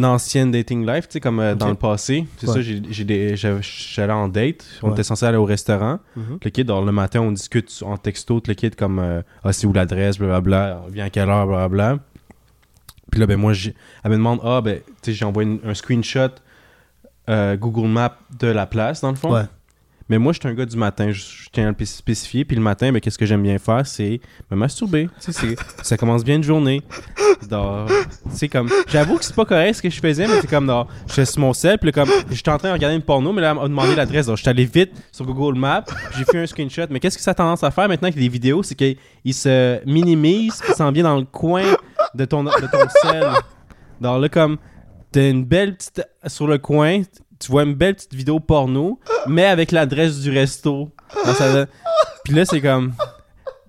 S2: ancienne dating life, tu sais, comme euh, dans
S1: Ok.
S2: le passé. C'est
S1: Ouais.
S2: ça, j'ai- j'ai des- j'avais- j'allais en date. On
S1: Ouais.
S2: était censé aller au restaurant.
S1: Mhm.
S2: Le kid, dans le matin, on discute en texto, le kid, comme euh, Ah, c'est où l'adresse, blablabla, on vient à quelle heure, blablabla. Puis là, ben moi, j'ai- elle me demande Ah, ben, tu sais, j'ai envoyé une- un screenshot euh, Google Maps de la place, dans le fond.
S1: Ouais.
S2: Mais moi, je suis un gars du matin, je, je tiens à le pé- spécifier. Puis le matin, ben, qu'est-ce que j'aime bien faire C'est me masturber. Tu sais, c'est- ça commence bien une journée. Dans- Tu sais, comme, j'avoue que c'est pas correct ce que je faisais, mais c'est comme, dans, je suis sur mon sel, puis là, comme, j'étais en train de regarder une porno, mais là, elle m'a demandé l'adresse. Donc, je suis allé vite sur Google Maps, j'ai fait un screenshot. Mais qu'est-ce que ça a tendance à faire maintenant avec les vidéos C'est qu'ils se minimisent, puis s'en vient dans le coin de ton, de ton sel. Dans là, comme, t'as une belle petite. Sur le coin, tu vois une belle petite vidéo porno, mais avec l'adresse du resto. Dans sa- Puis là, c'est comme.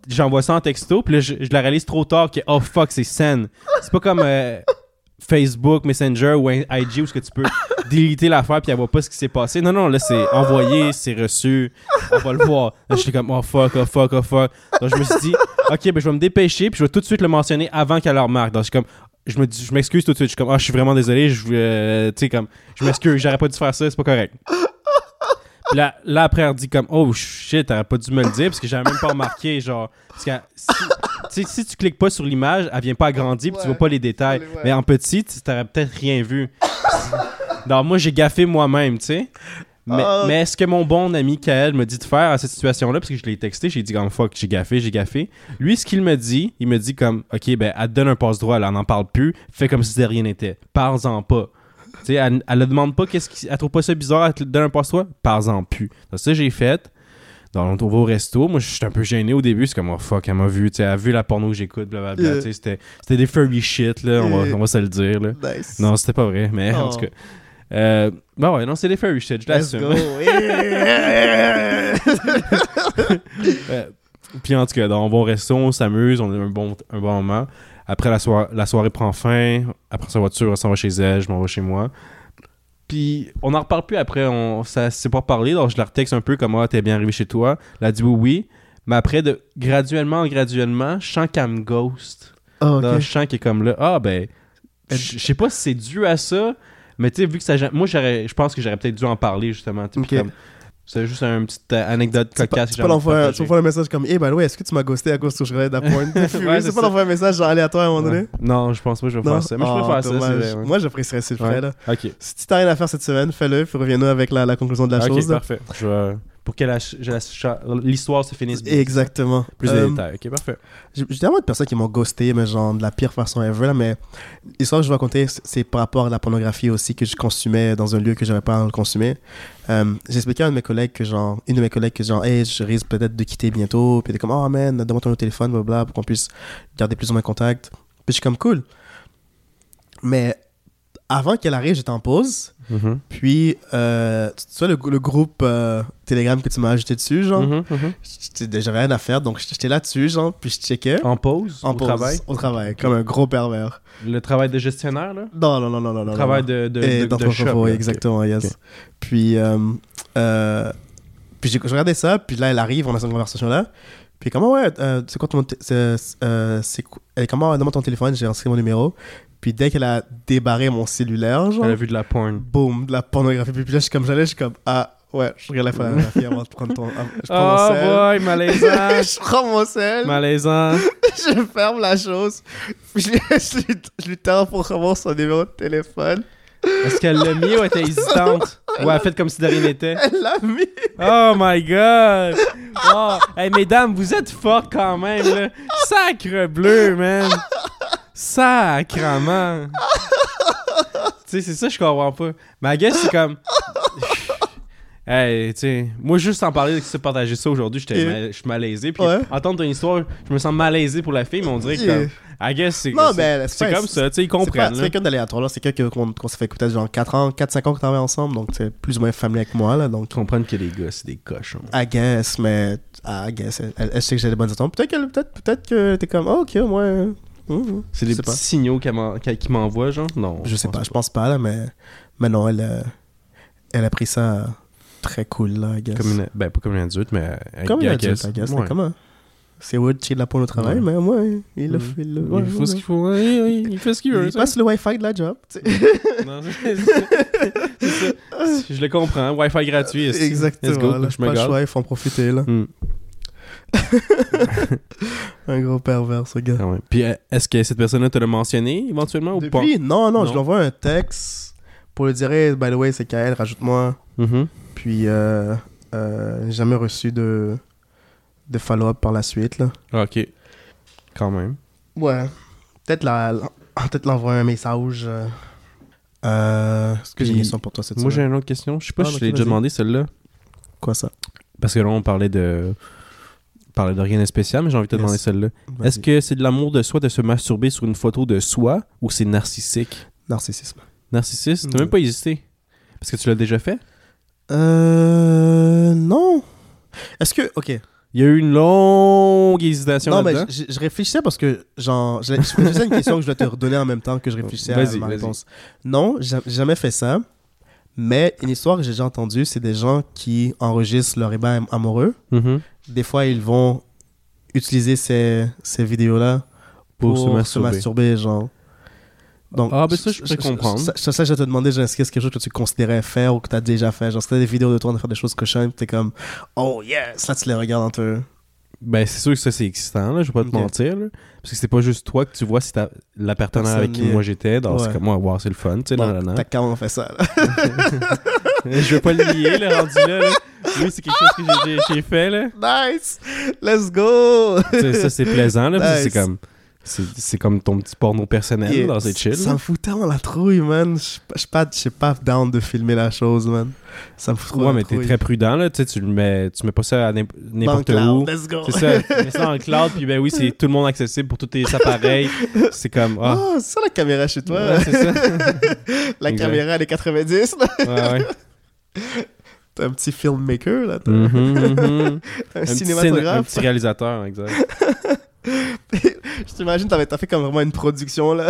S2: J'envoie ça en texto, puis là, je, je la réalise trop tard que, oh fuck, c'est saine. C'est pas comme euh, Facebook, Messenger ou I- IG où ce que tu peux déliter l'affaire puis elle voit pas ce qui s'est passé. Non, non, là, c'est envoyé, c'est reçu, on va le voir. Là, j'étais comme, oh fuck, oh fuck, oh fuck. Donc, je me suis dit, ok, ben, je vais me dépêcher, puis je vais tout de suite le mentionner avant qu'elle le remarque. Donc, je suis comme, je me dis- je m'excuse tout de suite. Je suis comme, ah, je suis vraiment désolé, je, euh, tu sais, comme, je m'excuse, j'aurais pas dû faire ça, c'est pas correct. Puis là, là, après, elle dit comme, oh shit, t'aurais pas dû me le dire parce que j'avais même pas remarqué, genre. Parce que si, tu sais, si tu cliques pas sur l'image, elle vient pas agrandir puis tu
S3: Ouais.
S2: vois pas les détails.
S3: Ouais, ouais.
S2: Mais en petit, tu t'aurais peut-être rien vu. Non, moi, j'ai gaffé moi-même, tu sais. Mais,
S3: Ah.
S2: mais est-ce que mon bon ami Kael me dit de faire à cette situation-là, parce que je l'ai texté, j'ai dit comme fuck, j'ai gaffé, j'ai gaffé. Lui, ce qu'il me dit, il me dit comme ok, ben, elle te donne un passe-droit, là, on n'en parle plus, fais comme si de rien n'était. Parle-en pas. Tu sais, elle, elle le demande pas, qu'est-ce qui, elle trouve pas ça bizarre, elle te donne un passe-droit, parle-en plus. Donc, ça, j'ai fait. Donc, on va au resto. Moi, je suis un peu gêné au début. C'est comme, oh fuck, elle m'a vu. tu sais, Elle a vu la porno que j'écoute, blablabla.
S3: Yeah.
S2: Tu sais, C'était c'était des furry shit, là. On
S3: Yeah.
S2: va, on va se le dire, là.
S3: Nice.
S2: Non, c'était pas vrai, mais en
S1: Oh.
S2: tout cas. Euh, bah ouais, non, c'est des fairy shit, je
S1: Let's
S2: l'assume.
S1: go. Yeah.
S2: Euh, Puis en tout cas, donc, on va au resto, on s'amuse, on a un bon, un bon moment. Après, la, soir- la soirée prend fin. Après sa voiture, on s'en va chez elle, je m'en vais chez moi. Puis on n'en reparle plus après, on, ça s'est pas parlé, donc je la retexte un peu comme Ah, t'es bien arrivé chez toi. Elle a dit oui, oui. Mais après, de, graduellement, graduellement, je sens qu'elle me ghost.
S1: Oh, (laughs)
S2: dans
S1: ok.
S2: le champ qui est comme là ah ben je je sais pas si c'est dû à ça mais tu sais vu que ça moi j'aurais je pense que j'aurais peut-être dû en parler justement tu sais, puis
S1: Ok.
S2: comme- c'est juste une petite euh, anecdote
S1: Tu peux-
S2: cocasse que
S1: tu
S2: j'ai
S1: peux
S2: envie de
S1: l'envoyer tu
S2: partager.
S1: peux l'envoyer un message comme, eh ben ouais, est-ce que tu m'as ghosté à cause que je regardais de la
S2: (laughs)
S1: porn? (laughs) T'es furieux,
S2: Ouais, c'est
S1: c'est pas
S2: ça.
S1: l'envoyer un message genre aléatoire à un moment donné?
S2: non je pense pas que je vais faire ça mais je
S1: Oh,
S2: peux faire ça c'est
S1: dommage.
S2: vrai, ouais.
S1: Moi, j'apprécierais si le ferais,
S2: Ouais.
S1: là.
S2: ok
S1: Si tu t'as rien à faire cette semaine, fais-le, puis reviens-nous avec la, la conclusion de la
S2: Ok,
S1: chose. là.
S2: parfait je vais pour que la ch- la ch- l'histoire se finisse bien.
S1: Exactement.
S2: Plus de
S1: Euh,
S2: détails. Ok, parfait.
S1: J'ai j'ai tellement de personnes qui m'ont ghosté, mais genre de la pire façon ever. Là, mais l'histoire que je vais raconter, c'est- c'est par rapport à la pornographie aussi que je consumais dans un lieu que j'avais pas à le consommer. Euh, J'expliquais à un de mes collègues que genre, une de mes collègues que genre, hey, je risque peut-être de quitter bientôt. Puis elle était comme, oh man, donne-moi ton téléphone, blablabla, pour qu'on puisse garder plus ou moins contact. Puis je suis comme, cool. Mais avant qu'elle arrive, j'étais en pause.
S2: Mhm.
S1: Puis, euh, tu tu vois, le, le groupe euh, Telegram que tu m'as ajouté dessus, genre,
S2: Mhm, mhm.
S1: j'étais- j'avais rien à faire, donc j'étais là-dessus, genre, puis je checkais
S2: En pause,
S1: en
S2: au
S1: pause,
S2: travail.
S1: Au travail, comme un gros pervers.
S2: Le travail de gestionnaire, là.
S1: Non, non, non, non, non. non,
S2: Le travail
S1: non.
S2: de, de,
S1: Et
S2: de, de
S1: d'entrepreneur,
S2: shop,
S1: oui,
S2: là.
S1: exactement, yes.
S2: Ok.
S1: Puis, euh, euh, puis j'ai- je regardais ça, puis là, elle arrive, on a cette conversation-là. Puis comment, ouais, euh, c'est quoi ton. t- c'est- euh, c'est quoi- elle est comment, donne-moi ton téléphone, j'ai inscrit mon numéro. Puis dès qu'elle a débarré mon cellulaire, genre,
S2: Elle a vu de la porn.
S1: boum, de la pornographie. Puis là, je suis comme, j'allais, je suis comme, ah, ouais, je regarde la pornographie avant de prendre
S2: (laughs)
S1: ton. avant- Je prends mon
S2: Oh
S1: sel.
S2: boy, malaisant.
S1: (laughs) Je prends mon sel.
S2: malaisant.
S1: je ferme la chose. Puis je, lui- je lui- je lui tends pour avoir son numéro de téléphone.
S2: Est-ce qu'elle l'a mis ou elle était hésitante? Ou elle a fait comme si de rien n'était?
S1: Elle l'a mis.
S2: Oh my god! Oh, hey, mesdames, vous êtes fortes quand même, là. Sacre bleu, man! Sacrement! tu sais, c'est ça, que je comprends pas. Ma gueule, c'est comme. Hey, tu sais, moi, juste en parler de se partager ça aujourd'hui, j'étais
S1: Yeah.
S2: mal- je suis malaisé. Puis
S1: Ouais.
S2: entendre une histoire, je me sens malaisé pour la fille, mais on dirait que.
S1: Yeah.
S2: comme, I guess, c'est
S1: Non,
S2: c'est-
S1: mais
S2: c'est comme ça, tu sais, ils
S1: C'est pas-
S2: comprennent.
S1: c'est
S2: là.
S1: quelqu'un d'aléatoire, là. C'est quelqu'un qu'on qu'on s'est fait écouter genre 4 ans, 4-5 ans qu'on travaille ensemble. Donc, c'est plus ou moins familier avec moi, là. Donc,
S2: Ils comprennent que les gars, c'est des cochons.
S1: I guess, mais ah, I guess. Elle, elle- elle sait que j'ai des bonnes intentions. Peut-être qu'elle peut peut que t'es comme, oh, ok, moi. euh, hum, hum.
S2: C'est
S1: Je
S2: des
S1: sais
S2: petits
S1: pas.
S2: signaux qu'elle m'en- qu'elle- qu'ils m'envoient, genre? Non.
S1: Je sais pas, je pense pas, là, mais. Mais non, elle, euh, elle a pris ça euh, très cool, là, I guess.
S2: Comme une, ben, pas comme une adulte, mais. euh,
S1: Comme
S2: I
S1: il a dit,
S2: guess.
S1: I guess,
S2: Ouais.
S1: comment C'est Wood qui est de la peau au travail,
S2: Ouais.
S1: mais au moins, il le
S2: Mhm.
S1: fait. Il, le- ouais,
S2: Il faut
S1: ouais,
S2: ce
S1: ouais.
S2: qu'il faut. Oui, oui, il fait ce qu'il veut.
S1: Il (laughs)
S2: ça.
S1: passe le Wi-Fi de la job. tu sais.
S2: Non, c'est- c'est- c'est ça. Je le comprends. Wi-Fi gratuit. est-ce que-
S1: Exactement.
S2: Let's go,
S1: là,
S2: je
S1: pas
S2: me
S1: le
S2: gâte.
S1: choix, il faut en profiter. Là.
S2: Hmm,
S1: (laughs) Un gros pervers, ce gars.
S2: quand même. Puis euh, est-ce que cette personne-là te l'a mentionné éventuellement Ah, ou pas
S1: Depuis, non, non, je
S2: Non.
S1: lui envoie un texte pour lui dire hey, By the way, c'est Kael, rajoute-moi.
S2: Mhm.
S1: Puis, euh, euh, j'ai jamais reçu de, de follow-up par la suite. Là.
S2: Ah, Ok. Quand même.
S1: Ouais. Peut-être la, peut l'envoyer un message. Euh, euh, est-ce que j'ai une
S2: Puis,
S1: question pour toi cette
S2: Moi, j'ai
S1: semaine?
S2: une autre question. Je sais pas
S1: Ah,
S2: si je
S1: ok,
S2: l'ai déjà
S1: vas-y.
S2: demandé, celle-là.
S1: Quoi ça
S2: Parce que là, on parlait de. on parlait de rien de spécial, mais j'ai envie de te
S1: Yes.
S2: demander celle-là. Est-ce
S1: Vas-y.
S2: que c'est de l'amour de soi de se masturber sur une photo de soi ou c'est narcissique?
S1: Narcissisme.
S2: Narcissiste? T'as
S1: Mm.
S2: même pas hésité. Parce que tu l'as déjà fait?
S1: Euh. Non. Est-ce que. Ok.
S2: Il y a eu une longue hésitation
S1: non, mais
S2: là-dedans.
S1: je, je- je réfléchissais parce que, genre, je, je faisais une question que je dois te redonner en même temps que je réfléchissais à
S2: Vas-y,
S1: ma
S2: vas-y.
S1: réponse. Non, j'ai j'ai jamais fait ça. Mais une histoire que j'ai déjà entendue, c'est des gens qui enregistrent leur ébat am- amoureux.
S2: Mhm.
S1: Des fois, ils vont utiliser ces, ces vidéos-là
S2: Pour se masturber.
S1: genre. Donc,
S2: Ah, ben ça, je peux comprendre.
S1: Ça, ça, ça, je te demandais, genre, est-ce que c'est quelque chose que tu considérais faire ou que tu as déjà fait Genre, si t'as des vidéos de toi en train de faire des choses cochonnes, t'es comme, oh yes, là, tu les regardes un peu.
S2: Ben, c'est sûr que ça, c'est excitant, là, je vais pas te
S1: Ok.
S2: mentir. là. Parce que c'est pas juste toi que tu vois, c'est ta- la partenaire
S1: Personne
S2: avec qui
S1: y est.
S2: moi j'étais. Donc, c'est
S1: Ouais.
S2: comme, moi, wow, c'est le fun, tu sais,
S1: Bon,
S2: nan, nan,
S1: T'as
S2: nan.
S1: quand même fait ça, là.
S2: (laughs) Je vais pas le nier, là, rendu là. là. Oui, c'est quelque chose que j'ai- j'ai- j'ai fait, là.
S1: (laughs) Nice! Let's go!
S2: Tu sais, ça, c'est plaisant, là, parce que
S1: Nice.
S2: c'est comme... c'est- C'est comme ton petit porno
S1: (laughs)
S2: personnel,
S1: Yeah.
S2: dans hein? c'est chill.
S1: Ça me fout tellement la trouille, man. Je suis pas- je suis pas, je suis pas down de filmer la chose, man. Ça me fout trop
S2: Ouais,
S1: la
S2: mais t'es
S1: trouille.
S2: très prudent, là. Tu sais, tu le mets, tu mets pas ça à n'im-
S1: Dans le
S2: n'importe
S1: cloud,
S2: où.
S1: Let's go!
S2: C'est ça, tu mets ça dans le cloud, puis ben oui, c'est tout le monde accessible pour tous tes appareils. C'est comme, ah.
S1: Oh, c'est ça la caméra chez toi.
S2: Ouais, c'est ça.
S1: (laughs) la
S2: Exact.
S1: caméra, elle est 90, là.
S2: Ouais, ouais.
S1: (laughs) T'es un petit filmmaker, là. T'es
S2: Mhm,
S1: (laughs)
S2: mhm.
S1: un,
S2: petit scén- un
S1: cinématographe.
S2: petit réalisateur, exact.
S1: (laughs) Je t'imagine, t'avais- t'as fait comme vraiment une production, là.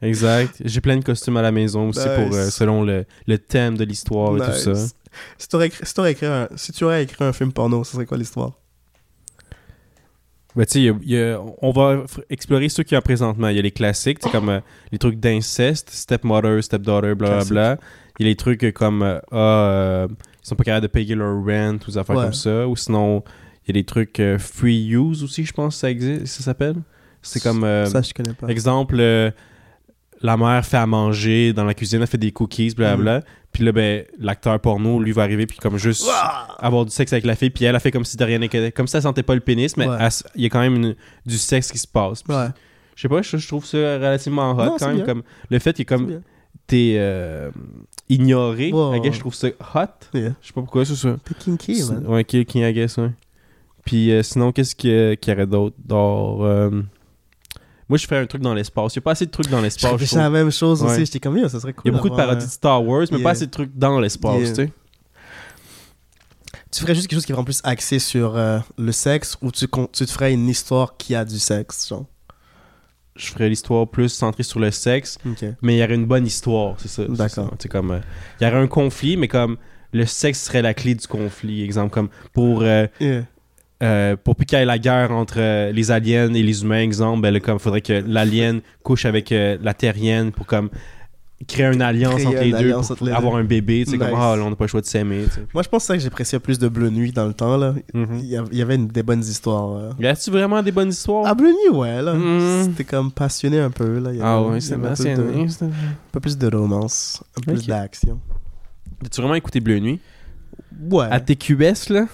S2: Exact. J'ai plein de costumes à la maison aussi
S1: Nice.
S2: pour euh, selon le, le thème de l'histoire et tout ça.
S1: Nice. Si, t'aurais écrit- si t'aurais écrit un- si tu aurais écrit un film porno, ce serait quoi l'histoire?
S2: Ben, tu sais, il y a- il y a- on va f- explorer ceux qu'il y a présentement. Il y a les classiques, tu sais, comme euh, les trucs d'inceste, stepmother, stepdaughter, blablabla. Il y a les trucs euh, comme euh, ah, euh, ils sont pas capables de payer leur rent ou des affaires
S1: Ouais.
S2: comme ça. Ou sinon, il y a les trucs euh, free use aussi, je pense que ça existe, ça s'appelle. C'est comme euh,
S1: ça, je connais pas.
S2: exemple euh, la mère fait à manger dans la cuisine, elle fait des cookies, blablabla. Puis là, ben, l'acteur porno, lui, va arriver, puis comme juste avoir du sexe avec la fille, puis elle a fait comme si de rien n'était. Comme si elle sentait pas le pénis, mais
S1: Ouais.
S2: elle s- il y a quand même une- du sexe qui se passe. Puis
S1: Ouais.
S2: Je sais pas, je, je trouve ça relativement hot
S1: Non, c'est
S2: quand même.
S1: bien.
S2: Comme, le fait que
S1: C'est
S2: comme
S1: bien.
S2: t'es euh, ignoré,
S1: Ouais, ouais,
S2: I guess,
S1: ouais.
S2: je trouve ça hot.
S1: Yeah.
S2: Je sais pas pourquoi, c'est ça.
S1: T'es kinky,
S2: Sin-
S1: man.
S2: Ouais, Kill King, I guess, ouais. Puis euh, sinon, qu'est-ce que- qu'il y aurait d'autre d'or euh, Moi, je ferais un truc dans l'espace. Il n'y a pas assez de trucs dans
S1: Je
S2: l'espace. je
S1: réfléchis
S2: trouve.
S1: à la même chose
S2: Ouais.
S1: aussi. J'étais comme, yo, ça serait cool.
S2: Il y a beaucoup de
S1: d'avoir, euh,
S2: parodies de Star Wars, mais
S1: Yeah.
S2: pas assez de trucs dans l'espace,
S1: Yeah.
S2: tu sais.
S1: euh, Tu ferais juste quelque chose qui est vraiment plus axé sur euh, le sexe ou tu, con- tu te ferais une histoire qui a du sexe, genre.
S2: Je ferais l'histoire plus centrée sur le sexe,
S1: Ok.
S2: mais il y aurait une bonne histoire, c'est ça. c'est
S1: D'accord.
S2: ça. C'est comme, euh, il y aurait un conflit, mais comme le sexe serait la clé du conflit. Exemple, comme pour... euh,
S1: Yeah.
S2: Euh, pour plus qu'il y ait la guerre entre euh, les aliens et les humains, exemple, ben, là, comme faudrait que l'alien couche avec euh, la terrienne pour comme créer une alliance
S1: Créer
S2: entre
S1: une
S2: les deux
S1: alliance
S2: pour
S1: entre les
S2: avoir
S1: deux.
S2: un bébé, tu sais, comme
S1: Nice.
S2: ah, là, on n'a pas le choix de s'aimer, tu sais.
S1: Moi, je pense ça que j'appréciais plus de Bleu Nuit dans le temps, là. Il
S2: Mhm.
S1: y av- il y avait une- des bonnes histoires. euh.
S2: Y a-tu vraiment des bonnes histoires?
S1: Ah, Bleu Nuit, ouais, là.
S2: Mm.
S1: C'était comme passionné un peu, là. Il y
S2: Ah
S1: avait-
S2: ouais,
S1: il y
S2: c'est
S1: avait un peu de-
S2: passionné.
S1: Un peu plus de romance, un peu
S2: Ok.
S1: plus d'action.
S2: T'as-tu vraiment écouté Bleu Nuit?
S1: Ouais.
S2: À TQS, là?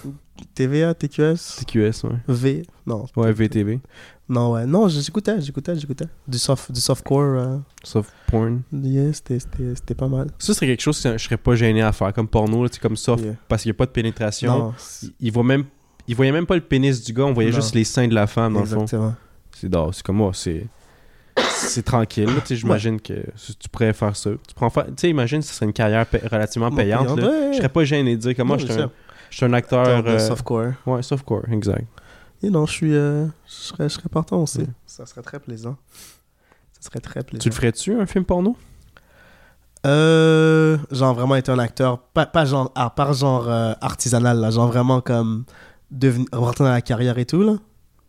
S1: TVA, TQS,
S2: TQS, ouais.
S1: V. Non,
S2: Ouais, VTV.
S1: non, ouais. Non, j'écoutais, j'écoutais, j'écoutais. Du, soft, du softcore, euh,
S2: Sauf porn.
S1: yeah, c'était- c'était c'était pas mal.
S2: Ça serait quelque chose que je serais pas gêné à faire, comme porno, là, tu sais, comme soft,
S1: Yeah.
S2: parce qu'il y a pas de pénétration.
S1: Non, c'est-
S2: Il- Il voit même... Il voyait même pas le pénis du gars, on voyait
S1: Non.
S2: juste les seins de la femme, Ah, dans le fond.
S1: exactement.
S2: C'est d'or, c'est comme moi, c'est. C'est tranquille, là, tu sais, j'imagine que si tu pourrais faire ça. Tu prends fa- tu sais, imagine, ce serait une carrière pa- relativement payante. là.
S1: Ouais.
S2: Je serais pas gêné de dire comment
S1: Non,
S2: je suis
S1: c'est
S2: un,
S1: ça.
S2: je suis un acteur.
S1: Acteur de
S2: euh,
S1: softcore.
S2: Ouais, softcore, exact.
S1: Et non, je suis, euh, je serais, je serais partant aussi.
S2: Mm.
S1: Ça serait très plaisant. Ça serait très plaisant.
S2: Tu le ferais-tu, un film porno
S1: Euh, genre vraiment être un acteur, pas, pas genre, ah, pas genre euh, artisanal, là, genre vraiment comme devenir, rentrer dans la carrière et tout, là.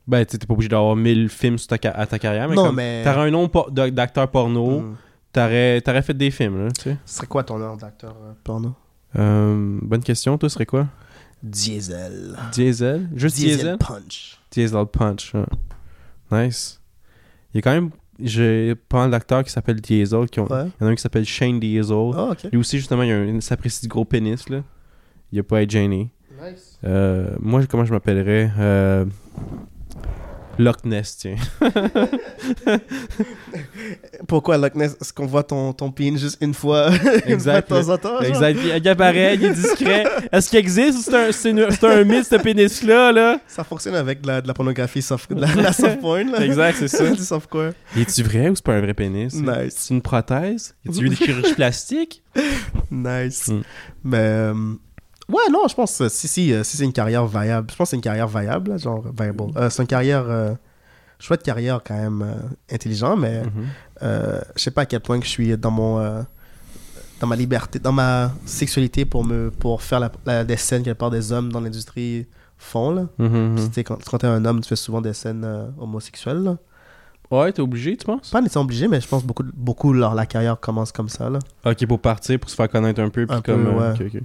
S2: Ben, tu sais, t'es pas obligé d'avoir 1000 films sur ta ca- à ta carrière, Ah, mais.
S1: non,
S2: comme,
S1: mais.
S2: T'aurais un nom por- d'a- d'acteur porno,
S1: Hmm.
S2: t'aurais t'aurais fait des films, là, tu sais.
S1: Ce serait quoi ton nom d'acteur euh, porno
S2: Euh, bonne question, toi, ce serait quoi
S1: Diesel.
S2: Diesel Juste Diesel
S1: Punch.
S2: Diesel Punch. hein. Nice. Il y a quand même. J'ai pas mal d'acteurs qui s'appellent Diesel. Qui ont...
S1: Ouais.
S2: Il y en a un qui s'appelle Shane Diesel.
S1: Oh, ok.
S2: Lui aussi, justement, il y a un sapristi de gros pénis. Là. Il a pas à être gêné.
S1: Nice.
S2: Euh, moi, comment je m'appellerais euh... Loch
S1: (laughs)
S2: Ness, tiens.
S1: Pourquoi Loch Ness Est-ce qu'on voit ton, ton pin juste une fois, (laughs) une fois de
S2: Exact,
S1: temps en temps genre?
S2: exact. Il, il apparaît, il est discret. Est-ce qu'il existe ou c'est un, c'est une- c'est un mythe, ce pénis-là? Là?
S1: Ça fonctionne avec de la, de la pornographie, soft, de la, de la soft porn, là.
S2: Exact, c'est
S1: (laughs)
S2: ça.
S1: du softcore.
S2: est-tu vrai ou c'est pas un vrai pénis?
S1: Nice.
S2: C'est une prothèse? Y a-tu eu des chirurgies plastiques?
S1: Nice.
S2: Mm.
S1: Mais euh, ouais, non, je pense euh, si, si, euh, si c'est une carrière viable, je pense que c'est une carrière viable, là, genre viable. Euh, c'est une carrière, euh, chouette carrière quand même, euh, intelligent, mais
S2: (laughs) Mhm.
S1: euh, je sais pas à quel point que je suis dans mon euh, dans ma liberté, dans ma sexualité pour me pour faire la, la- des scènes que la plupart des hommes dans l'industrie font là.
S2: Mhm,
S1: Tu
S2: mhm.
S1: sais, Quand, quand t'es un homme, tu fais souvent des scènes euh, homosexuelles. Là.
S2: Ouais, t'es obligé, tu penses?
S1: Pas nécessairement obligé, mais je pense beaucoup, beaucoup leur, la carrière commence comme ça. Là.
S2: Ok, pour partir, pour se faire connaître un peu, puis
S1: Un
S2: comme.
S1: peu,
S2: euh,
S1: ouais.
S2: ok, ok.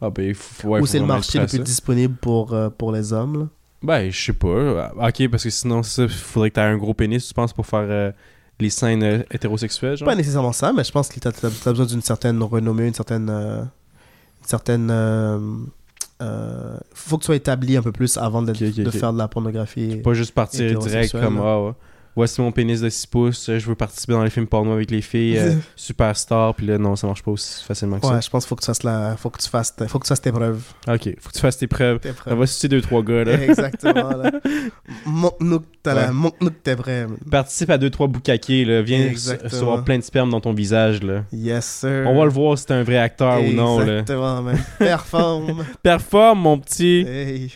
S2: Ah, ben, il faut, ouais,
S1: Ou
S2: faut
S1: c'est le
S2: vraiment
S1: marché
S2: être
S1: le
S2: prêt à
S1: plus
S2: ça.
S1: disponible pour, euh, pour les hommes. Là.
S2: Ben, je sais pas. Ok, parce que sinon, ça, faudrait que t'aies un gros pénis, tu penses, pour faire euh, les scènes euh, hétérosexuelles, genre.
S1: Pas nécessairement ça, mais je pense que t'as as, besoin d'une certaine renommée, une certaine. euh, une certaine. euh, euh, faut que tu sois établi un peu plus avant de,
S2: Ok, ok,
S1: de
S2: ok.
S1: faire de la pornographie.
S2: Pas juste partir direct
S1: Hétérosexuel,
S2: comme,
S1: là.
S2: ah, ouais. Voici mon pénis de 6 pouces, euh, je veux participer dans les films porno avec les
S1: (laughs)
S2: filles, euh, superstar, puis là, non, ça marche pas aussi facilement que
S1: Ouais, je pense qu'il faut que tu fasses la. Faut que tu fasses, faut que tu fasses tes preuves.
S2: ça. Ok, faut que tu fasses tes preuves.
S1: Tes
S2: On
S1: preuves.
S2: va sucer deux, trois
S1: (laughs)
S2: gars, là.
S1: Exactement.
S2: (laughs)
S1: là. Montre-nous que t'as la-
S2: Ouais.
S1: montre-nous que t'es vrai. man.
S2: Participe à deux, trois boucaquets, là. Viens
S1: Exactement.
S2: recevoir plein de sperme dans ton visage, là.
S1: Yes, sir.
S2: On va le voir si t'es un vrai acteur ou non, là.
S1: Exactement, man.
S2: (laughs)
S1: Performe.
S2: Performe, mon petit!
S1: Hey.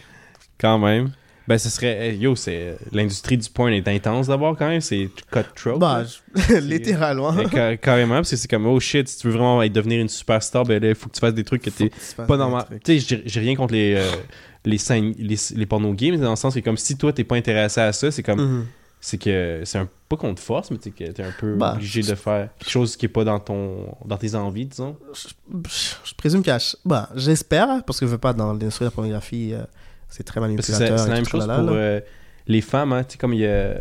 S2: Quand même. Ben, ce serait. eh, Yo, c'est. L'industrie du porn est intense d'abord, quand même. C'est cutthroat.
S1: Bah,
S2: là.
S1: je- (laughs) littéralement.
S2: Eh, ca- carrément, parce que c'est comme, oh shit, si tu veux vraiment être- devenir une superstar, ben là, il faut que tu fasses des trucs que
S1: Faut
S2: t'es
S1: que tu fasses
S2: pas
S1: des
S2: normal.
S1: trucs.
S2: Tu sais, j'ai- j'ai rien contre les. euh, les scènes, les, les pornos gays, mais dans le sens que comme si toi t'es pas intéressé à ça, c'est comme,
S1: Mhm.
S2: c'est que, c'est un, pas qu'on te force, mais t'es que t'es un peu
S1: Bah,
S2: obligé de faire quelque chose qui est pas dans ton, dans tes envies, disons.
S1: Je je présume qu'il y a... ch- Bah, j'espère, parce que je veux pas dans l'industrie de la pornographie, euh, c'est très
S2: Parce que
S1: manipulateur.
S2: c'est c'est
S1: et
S2: la même
S1: tout,
S2: chose
S1: tralala,
S2: pour
S1: là.
S2: euh, les femmes, hein, tu sais, comme il y a,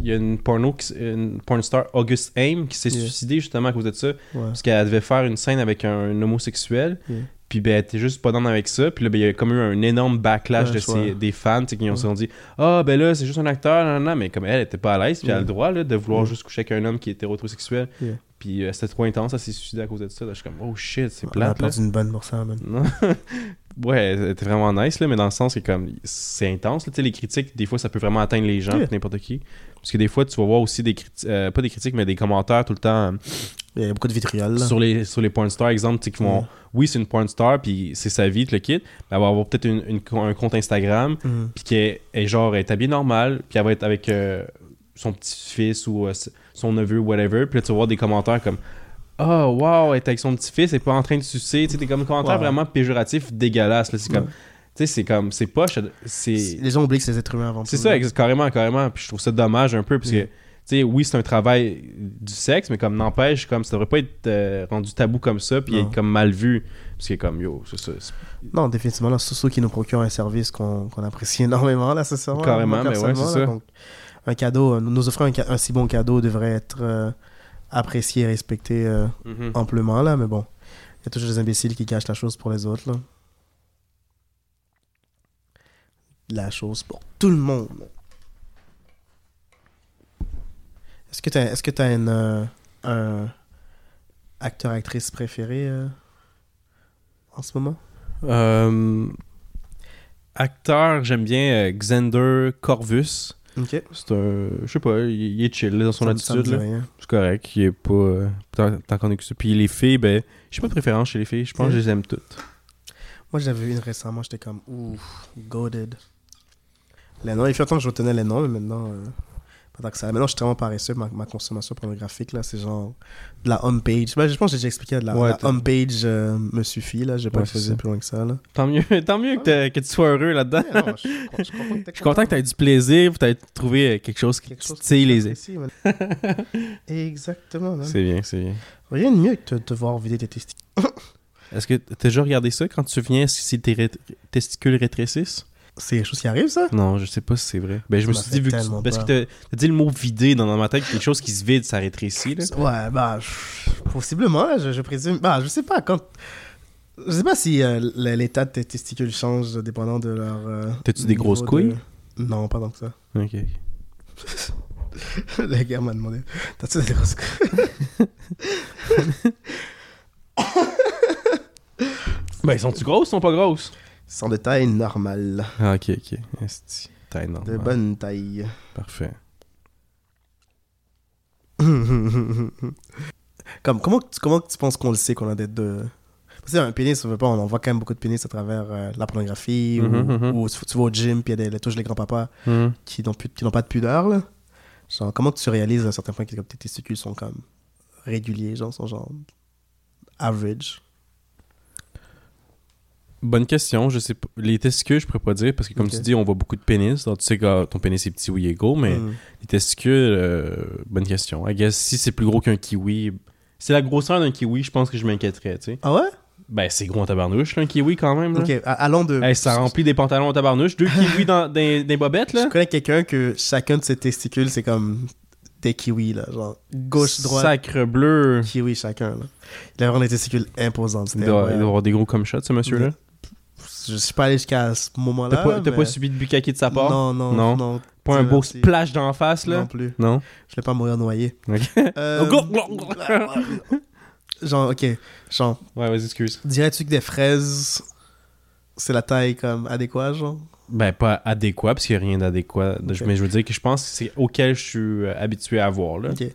S2: il y a une porno, qui s- une porn star, August Aim, qui s'est
S1: Yeah.
S2: suicidée justement à cause de ça,
S1: Ouais.
S2: parce qu'elle devait faire une scène avec un, homosexuel,
S1: Yeah.
S2: puis ben, elle était juste pas dans avec ça, puis là, ben, il y a comme eu un énorme backlash
S1: Ouais,
S2: de
S1: je vois.
S2: ses- des fans, tu sais, qui ont
S1: Ouais.
S2: se sont dit « Ah, ben là, c'est juste un acteur, nan, nan, nan. mais comme elle, elle était pas à l'aise, puis elle a le
S1: Mm.
S2: droit là, de vouloir
S1: Mm.
S2: juste coucher avec un homme qui est hétérosexuel,
S1: Yeah.
S2: puis euh, c'était trop intense, elle s'est suicidée à cause de ça, là, je suis comme « Oh shit, c'est
S1: On a
S2: plate, là.
S1: perdu une bonne morceau, hein, man.
S2: Non. (laughs) ouais, c'était vraiment nice, là, mais dans le sens que comme c'est intense. là. Tu sais, les critiques, des fois, ça peut vraiment atteindre les gens,
S1: Yeah.
S2: puis n'importe qui. Parce que des fois, tu vas voir aussi des critiques, pas des critiques, mais des commentaires tout le temps euh,
S1: Il y a beaucoup de vitriol, là.
S2: sur les, sur les porn stars, exemple, tu sais, qui vont,
S1: Ouais.
S2: oui, c'est une porn star, puis c'est sa vie, tout le kit, mais elle va avoir peut-être une- une co- un compte Instagram,
S1: Mhm.
S2: puis qu'elle est genre, elle est habillée normale, puis elle va être avec euh, son petit-fils ou euh, s- son neveu, whatever, puis là, tu vas voir des commentaires comme Oh, wow, elle est avec son petit-fils, elle est pas en train de sucer, tu sais, des comme commentaires
S1: Ouais.
S2: vraiment péjoratifs, dégueulasses, là, c'est comme,
S1: Ouais.
S2: tu sais, c'est comme, c'est poche, c'est.
S1: Les gens oublient que c'est des êtres humains avant tout.
S2: C'est ça, ex- carrément, carrément. Puis je trouve ça dommage un peu, parce que,
S1: Mm.
S2: tu sais, oui, c'est un travail du sexe, mais comme n'empêche, comme ça devrait pas être euh, rendu tabou comme ça, puis
S1: Non.
S2: être comme mal vu. Parce que, comme, yo, c'est ça. c'est-
S1: Non, définitivement, là, Soso qui nous procure un service qu'on qu'on apprécie (laughs) énormément, là, sincèrement. là,
S2: Carrément,
S1: moi,
S2: mais ouais,
S1: personnellement,
S2: c'est
S1: là,
S2: ça.
S1: donc, un cadeau, euh, nous- nous offrir un, ca- un si bon cadeau devrait être euh, apprécié et respecté euh,
S2: Mm-hmm.
S1: amplement, là, mais bon. Il y a toujours des imbéciles qui cachent la chose pour les autres, là. La chose pour tout le monde. Est-ce que t'as, est-ce que t'as une, euh, un acteur-actrice préféré euh, en ce moment?
S2: Euh, acteur, j'aime bien euh, Xander Corvus.
S1: Ok.
S2: C'est un. Je sais pas, il, il est chill là, dans son
S1: Ça me- ça me
S2: attitude.
S1: dit
S2: là.
S1: rien.
S2: C'est correct, il est pas. euh, tant tant qu'on est que ça. Puis les filles, ben. J'ai pas de préférence chez les filles, je pense que je les aime toutes.
S1: Moi, j'avais vu une récemment, j'étais comme, ouf, goaded. Les noms, il fait longtemps que je retenais les noms, mais maintenant, euh, pas tant que ça. Maintenant, je suis vraiment paresseux. Ma, ma consommation pornographique, là, c'est genre de la homepage. Ben, je pense que j'ai déjà expliqué de la,
S2: Ouais,
S1: la
S2: t'as-
S1: homepage euh, me suffit, là. J'ai pas
S2: Ouais, c'est
S1: exposé
S2: ça.
S1: plus loin que ça, là.
S2: Tant mieux, (laughs) tant mieux que, t'aies- que tu sois heureux là-dedans.
S1: Ouais, non, je, suis con- je comprends que
S2: Je suis content que tu aies du plaisir, que tu aies trouvé euh, quelque chose qui
S1: Quelque chose
S2: titille les.
S1: (laughs) Exactement, man.
S2: C'est bien, c'est bien.
S1: Rien de mieux que de te voir vider tes testicules.
S2: Est-ce que t'as déjà regardé ça quand tu viens si tes rét- testicules rétrécissent
S1: C'est des choses qui arrivent, ça?
S2: Non, je sais pas si c'est vrai. Ben, je
S1: Ça
S2: me
S1: m'a
S2: suis dit,
S1: fait
S2: vu que.
S1: tellement
S2: tu- Parce que
S1: peur.
S2: t'as t'as dit le mot vider dans dans ma tête, quelque chose qui se vide, ça rétrécit, là.
S1: Ouais, bah, je- possiblement, là, je, je présume. Bah, je sais pas quand. Je sais pas si euh, l- l'état de tes testicules change dépendant de leur. euh,
S2: T'as-tu des
S1: niveau
S2: grosses
S1: de-
S2: couilles?
S1: Non, pas tant que ça. (laughs)
S2: Ok.
S1: Le gars m'a demandé T'as-tu des grosses couilles
S2: Ben, sont-tu grosses ou sont pas grosses
S1: Sans de taille normale,
S2: Ah, ok, ok. Esti. Taille normale.
S1: de bonne taille. (laughs)
S2: Parfait.
S1: Comme, comment, tu, comment tu penses qu'on le sait qu'on a des deux Parce que un pénis, on veut pas, on en voit quand même beaucoup de pénis à travers euh, la pornographie ou-
S2: Mhm, mhm.
S1: ou, tu, tu vas au gym, puis il y a des, touches les grands-papas.
S2: Hmm.
S1: qui n'ont plus- qui n'ont pas de pudeur là. Genre comment tu réalises à un certain point que comme, tes testicules sont comme réguliers, genre sont genre average.
S2: Bonne question. Je sais pas. Les testicules, je pourrais pas dire parce que, comme
S1: Ok.
S2: tu dis, on voit beaucoup de pénis. Donc, tu sais que ah, ton pénis est petit ou il est gros, mais
S1: Hmm.
S2: les testicules, euh, bonne question. I guess, si c'est plus gros qu'un kiwi, c'est la grosseur d'un kiwi, je pense que je m'inquiéterais, tu sais.
S1: Ah ouais
S2: Ben, c'est gros en tabarnouche, là, un kiwi quand même. là.
S1: OK, a- allons de
S2: Hey, ça remplit des pantalons en tabarnouche. Deux kiwis dans des, des bobettes,
S1: Je
S2: là.
S1: connais quelqu'un que chacun de ses testicules c'est comme des kiwis là, genre (laughs) gauche droite
S2: Sacre bleu.
S1: kiwi chacun là. Il avait vraiment des testicules imposantes,
S2: Hmm. Il
S1: c'était
S2: doit, il
S1: incroyable.
S2: doit avoir des gros comme shots, ce monsieur-là.
S1: Je suis pas allé jusqu'à ce moment-là.
S2: T'as pas,
S1: là,
S2: t'as
S1: mais-
S2: pas subi de bukkake de sa part?
S1: Non non
S2: Non.
S1: non.
S2: Pas un beau
S1: merci.
S2: splash d'en face, là?
S1: non plus.
S2: Non.
S1: Je vais pas mourir noyé.
S2: Ok.
S1: Euh,
S2: (laughs)
S1: genre OK, genre
S2: Ouais, vas-y, excuse.
S1: Dirais-tu que des fraises, c'est la taille comme adéquate, genre
S2: Ben, pas adéquat, parce qu'il n'y a rien d'adéquat. Je- Mais je veux dire que je pense que c'est auquel je suis euh, habitué à voir, là.
S1: Ok. F-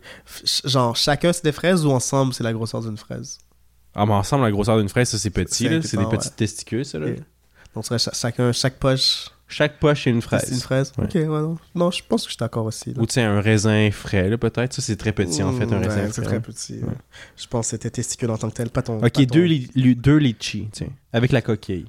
S1: ch- Genre, chacun c'est des fraises ou ensemble c'est la grosseur d'une fraise
S2: Ah, mais ensemble, la grosseur d'une fraise, ça, c'est petit,
S1: C'est
S2: là. C'est des
S1: inquiétant,
S2: petits
S1: ouais.
S2: testicules, ça, là.
S1: Ok. Donc, ce serait cha- chacun, chaque poche,
S2: Chaque poche est une
S1: c'est une
S2: fraise.
S1: fraise.
S2: Ouais.
S1: Ok, ouais, non. Non, je pense que je suis d'accord aussi. là. Mm,
S2: Ou tu sais, un raisin frais, là, peut-être. Ça, c'est très petit, en fait, un
S1: Ouais,
S2: raisin
S1: C'est
S2: frais.
S1: très petit. ouais.
S2: Ouais.
S1: Je pense que c'était testicule en tant que tel, pas ton.
S2: Ok,
S1: pas ton-
S2: deux, li- li- deux litchis, tiens. Avec la coquille.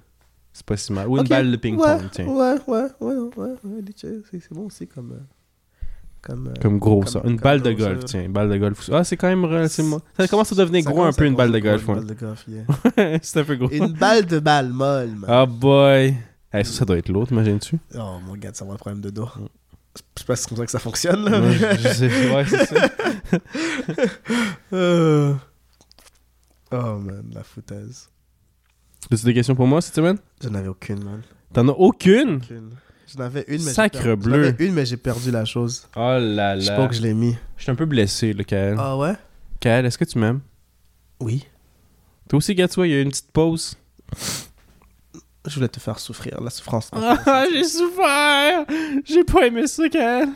S2: C'est pas si mal. Ou une
S1: Ok,
S2: balle de ping-pong,
S1: ouais,
S2: tiens.
S1: Ouais, ouais, ouais, non, ouais, ouais, des chaises, c'est c'est bon aussi comme. euh, Comme. euh,
S2: Comme gros, ça.
S1: Comme-
S2: Une
S1: comme
S2: balle de
S1: gros,
S2: golf,
S1: ça.
S2: tiens. Une balle de golf. Ah, c'est quand même relativement. Ça commence à devenir
S1: ça
S2: gros un
S1: commence à
S2: peu, une balle de
S1: gros,
S2: golf.
S1: Une balle de golf, yeah.
S2: ouais. (laughs) c'est un peu gros.
S1: Une balle de balle molle, man. (laughs)
S2: Ah, boy. Eh, ça, ça doit être l'autre, imagine-tu.
S1: Oh mon gars, ça va un problème de dos. C'est pas comme ça que ça fonctionne, là.
S2: Mm.
S1: (laughs)
S2: Ouais, je- je sais- ouais, c'est ça.
S1: Euh. Oh man, la foutaise.
S2: As-tu des questions pour moi cette semaine?
S1: J'en avais aucune, man.
S2: T'en as aucune?
S1: Aucune. J'en avais une, mais. j'ai
S2: Sacre
S1: perdu-
S2: bleu.
S1: J'en avais une, mais j'ai perdu la chose.
S2: Oh là
S1: Je sais pas
S2: là.
S1: que
S2: Je
S1: je l'ai mis.
S2: suis un peu blessé, là, Kael.
S1: Ah ouais?
S2: Kael, est-ce que tu m'aimes?
S1: Oui.
S2: Toi aussi, Gatsois, il y a eu une petite pause.
S1: Je voulais te faire souffrir, la souffrance.
S2: Ah, (laughs) j'ai souffert! J'ai pas aimé ça, Kael.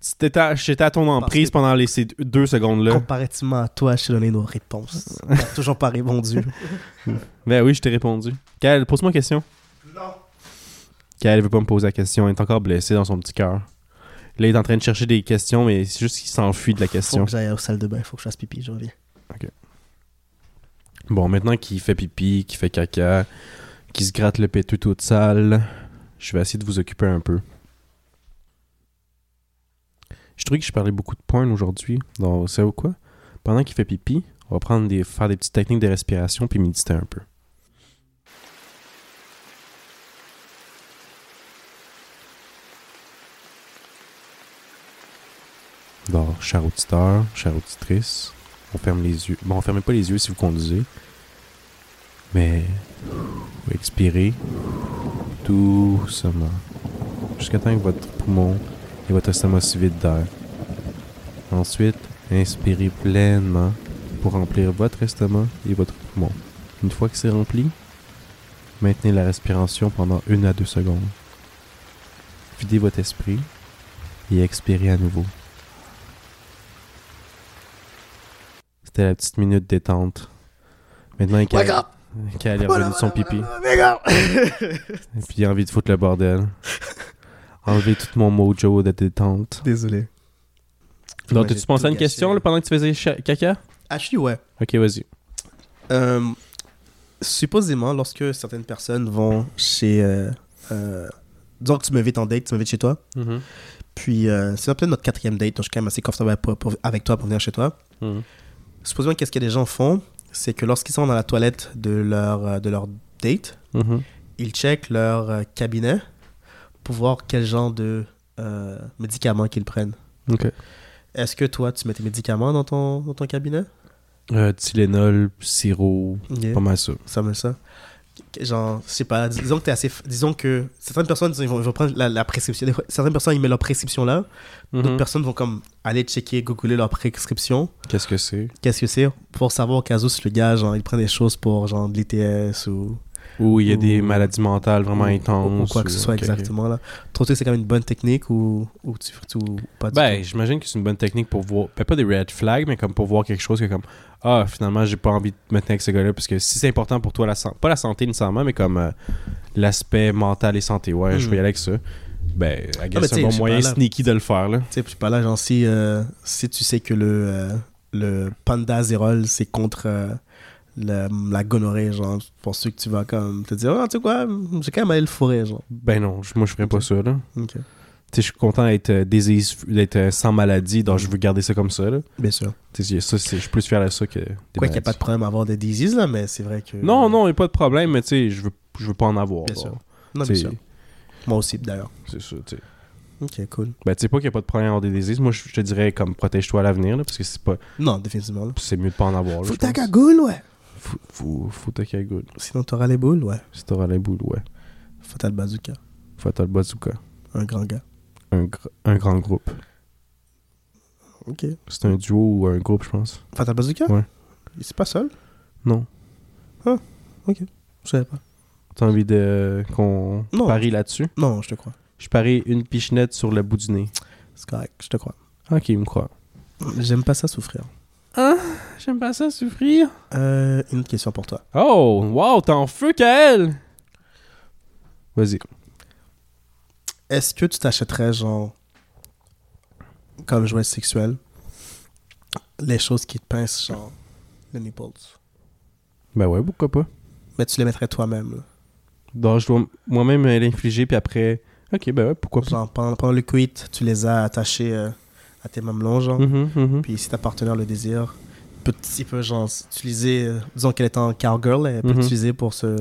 S2: Tu t'étais à- J'étais à ton emprise pendant les, ces deux secondes-là.
S1: Comparativement à toi, je t'ai donné nos réponses. T'as toujours pas
S2: (laughs)
S1: répondu.
S2: Ben oui, je t'ai répondu. Kael, pose-moi une question. Non. Kael veut pas me poser la question. Il est encore blessé dans son petit cœur. Là, il est en train de chercher des questions, mais c'est juste qu'il s'enfuit de la
S1: Faut
S2: question.
S1: que j'aille aux salles de bain, faut que je fasse pipi, je reviens.
S2: Bon, maintenant qu'il fait pipi, qu'il fait caca, qu'il se gratte le pétou toute sale, je vais essayer de vous occuper un peu. Je trouvais que je parlais beaucoup de porn aujourd'hui. Donc, c'est ou quoi? Pendant qu'il fait pipi, on va prendre des, faire des petites techniques de respiration puis méditer un peu. Donc, cher auditeur, chère auditrice, on ferme les yeux. Bon, on fermez pas les yeux si vous conduisez. Mais expirez doucement. Jusqu'à temps que votre poumon et votre estomac se vident d'air. Ensuite, inspirez pleinement pour remplir votre estomac et votre poumon. Une fois que c'est rempli, maintenez la respiration pendant une à deux secondes. Videz votre esprit et expirez à nouveau. C'était la petite minute détente. Maintenant, qu'elle
S1: Wake up!
S2: est
S1: Oh
S2: revenue de son pipi. Et puis, il a envie de foutre
S1: (laughs)
S2: le bordel. Enlever tout mon mojo de détente.
S1: Désolé.
S2: Donc,
S1: Ouais,
S2: t'as-tu
S1: j'ai
S2: pensé
S1: tout
S2: à une
S1: gâché.
S2: question là, pendant que tu faisais cha- caca?
S1: Actually, ouais.
S2: Ok, vas-y.
S1: Euh, supposément, lorsque certaines personnes vont chez. Euh, euh, disons que tu m'invites en date, tu m'invites chez toi.
S2: Mm-hmm.
S1: Puis, euh, c'est peut-être notre quatrième date, donc je suis quand même assez confortable pour- pour- avec toi pour venir chez toi.
S2: Mhm.
S1: Supposément, qu'est-ce que les gens font C'est que lorsqu'ils sont dans la toilette de leur, euh, de leur date,
S2: Mhm.
S1: ils checkent leur euh, cabinet pour voir quel genre de euh, médicaments qu'ils prennent.
S2: Ok.
S1: Est-ce que toi, tu mets tes médicaments dans ton, dans ton cabinet
S2: Euh, Tylenol, sirop,
S1: Yeah.
S2: pas mal ça.
S1: Ça me ça. Genre, je sais pas, dis- disons que t'es assez. f- Disons que certaines personnes, ils vont, ils vont prendre la, la prescription. Des fois, Certaines personnes, ils mettent leur prescription là. D'autres
S2: Mhm.
S1: personnes vont comme aller checker, googler leur prescription.
S2: Qu'est-ce que c'est?
S1: Qu'est-ce que c'est Pour savoir au cas où si le gars, genre, il prend des choses pour genre de l'ITS ou.
S2: Ou il y a des
S1: Ou-
S2: maladies mentales vraiment
S1: ou-
S2: intenses.
S1: Ou, quoi que ce soit
S2: ok, ok.
S1: exactement là. Trouves-tu que c'est quand même une bonne technique ou, ou tu, tu- ou pas du
S2: Ben,
S1: tout
S2: j'imagine que c'est une bonne technique pour voir, ben, pas des red flags, mais comme pour voir quelque chose que comme, ah, finalement, j'ai pas envie de me tenir avec ce gars-là, parce que si c'est important pour toi, la san- pas la santé nécessairement, mais comme euh, l'aspect mental et santé, ouais,
S1: Mm.
S2: je vais y aller avec ça. Ben, I guess
S1: mais
S2: c'est
S1: Ah, t'sais,
S2: un
S1: je
S2: bon
S1: sais
S2: moyen
S1: pas, là.
S2: sneaky de le faire, là.
S1: Tu sais, puis pas là, genre, si, euh, si tu sais que le, euh, le panda zérol, c'est contre euh, la, la gonorrhée, genre, pour ceux que tu vas comme te dire, oh, tu sais quoi, j'ai quand même allé le fourrer, genre.
S2: Ben non, je- moi, je ferais pas
S1: Ok.
S2: ça, là.
S1: Ok.
S2: T'sais, je suis content d'être euh, disease- d'être euh, sans maladie, donc je veux garder ça comme ça, là.
S1: Bien sûr.
S2: T'sais, y a ça, c'est- je suis plus fier de ça que.
S1: Quoi qu'il
S2: des
S1: n'y a
S2: maladies.
S1: pas de problème à avoir des diseases, là, mais c'est vrai que.
S2: Non, non, y a pas de problème, mais tu sais, je veux, je veux pas en avoir.
S1: Bien
S2: bon.
S1: sûr. Non,
S2: T'sais,
S1: bien sûr. Moi aussi, d'ailleurs.
S2: C'est ça, tu sais.
S1: Ok, cool.
S2: Ben, tu sais pas qu'il n'y a pas de problème à avoir des désirs. Moi, je je te dirais, comme, protège-toi à l'avenir, là, parce que c'est pas...
S1: Non, définitivement. là.
S2: C'est mieux de pas en avoir, là,
S1: Faut
S2: je
S1: ta
S2: pense.
S1: cagoule, ouais.
S2: Fou- fou- Faut ta cagoule.
S1: Sinon, t'auras les boules, ouais.
S2: Si t'auras les boules, ouais.
S1: Faut ta le bazooka.
S2: Faut ta le bazooka.
S1: Un grand gars.
S2: Un, gr- un grand groupe.
S1: Ok.
S2: C'est un duo ou un groupe, je pense.
S1: Faut ta bazooka
S2: Ouais.
S1: C'est pas seul
S2: Non.
S1: Je savais pas.
S2: T'as envie de... qu'on
S1: Non.
S2: parie là-dessus?
S1: Non, je te crois.
S2: Je parie une pichenette sur le bout du nez.
S1: C'est correct, je te crois.
S2: Ok, il me croit.
S1: J'aime pas ça souffrir.
S2: J'aime pas ça souffrir.
S1: Euh, une autre question pour toi.
S2: Oh, wow, t'es en feu, Kael! Vas-y.
S1: Est-ce que tu t'achèterais, genre, comme jouet sexuel, les choses qui te pincent, genre, les nipples
S2: Ben ouais, pourquoi pas?
S1: Mais tu les mettrais toi-même, là.
S2: Donc, je dois m- moi-même euh, l'infliger, puis après... Ok, ben ouais, pourquoi pas?
S1: Genre, pendant, pendant le quit, tu les as attachés euh, à tes mamelons, genre.
S2: Mhm, mhm.
S1: Puis si ta partenaire le désire, peut, il peut, genre, s'utiliser, euh, disons qu'elle est en cowgirl, elle peut
S2: Mhm.
S1: l'utiliser pour se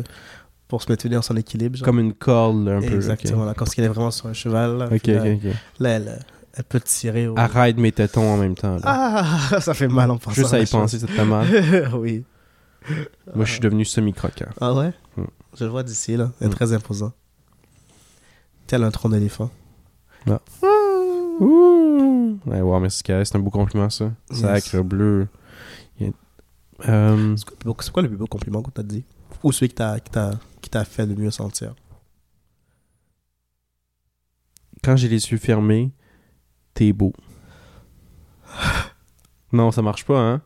S1: pour se maintenir son équilibre. genre.
S2: Comme une corde, là, un peu.
S1: Exactement, là, quand elle est vraiment sur un cheval. Là,
S2: Ok, ok,
S1: puis là,
S2: ok. ok.
S1: là, elle, elle peut tirer. Au...
S2: Arrête mes tétons en même temps. là.
S1: Ah, (laughs) ça fait mal en pensant.
S2: Juste à
S1: la
S2: y
S1: chose.
S2: penser, hein. ça te
S1: (laughs)
S2: fait mal.
S1: oui.
S2: Moi, je suis devenu semi-croquant.
S1: Ah ouais
S2: Mm.
S1: Je le vois d'ici, là. C'est
S2: Mm.
S1: très imposant. Tel un tronc d'éléphant.
S2: Ouh! Ouais, wow, merci, Kay. C'est un beau compliment, ça.
S1: Yes.
S2: Sacre bleu. Il y a- Euh,
S1: C'est quoi, le plus beau- c'est quoi le plus beau compliment qu'on t'a dit Ou celui qui t'a- qui t'a qui t'a fait le mieux sentir
S2: quand j'ai les yeux fermés, t'es beau. Non, ça marche pas, hein?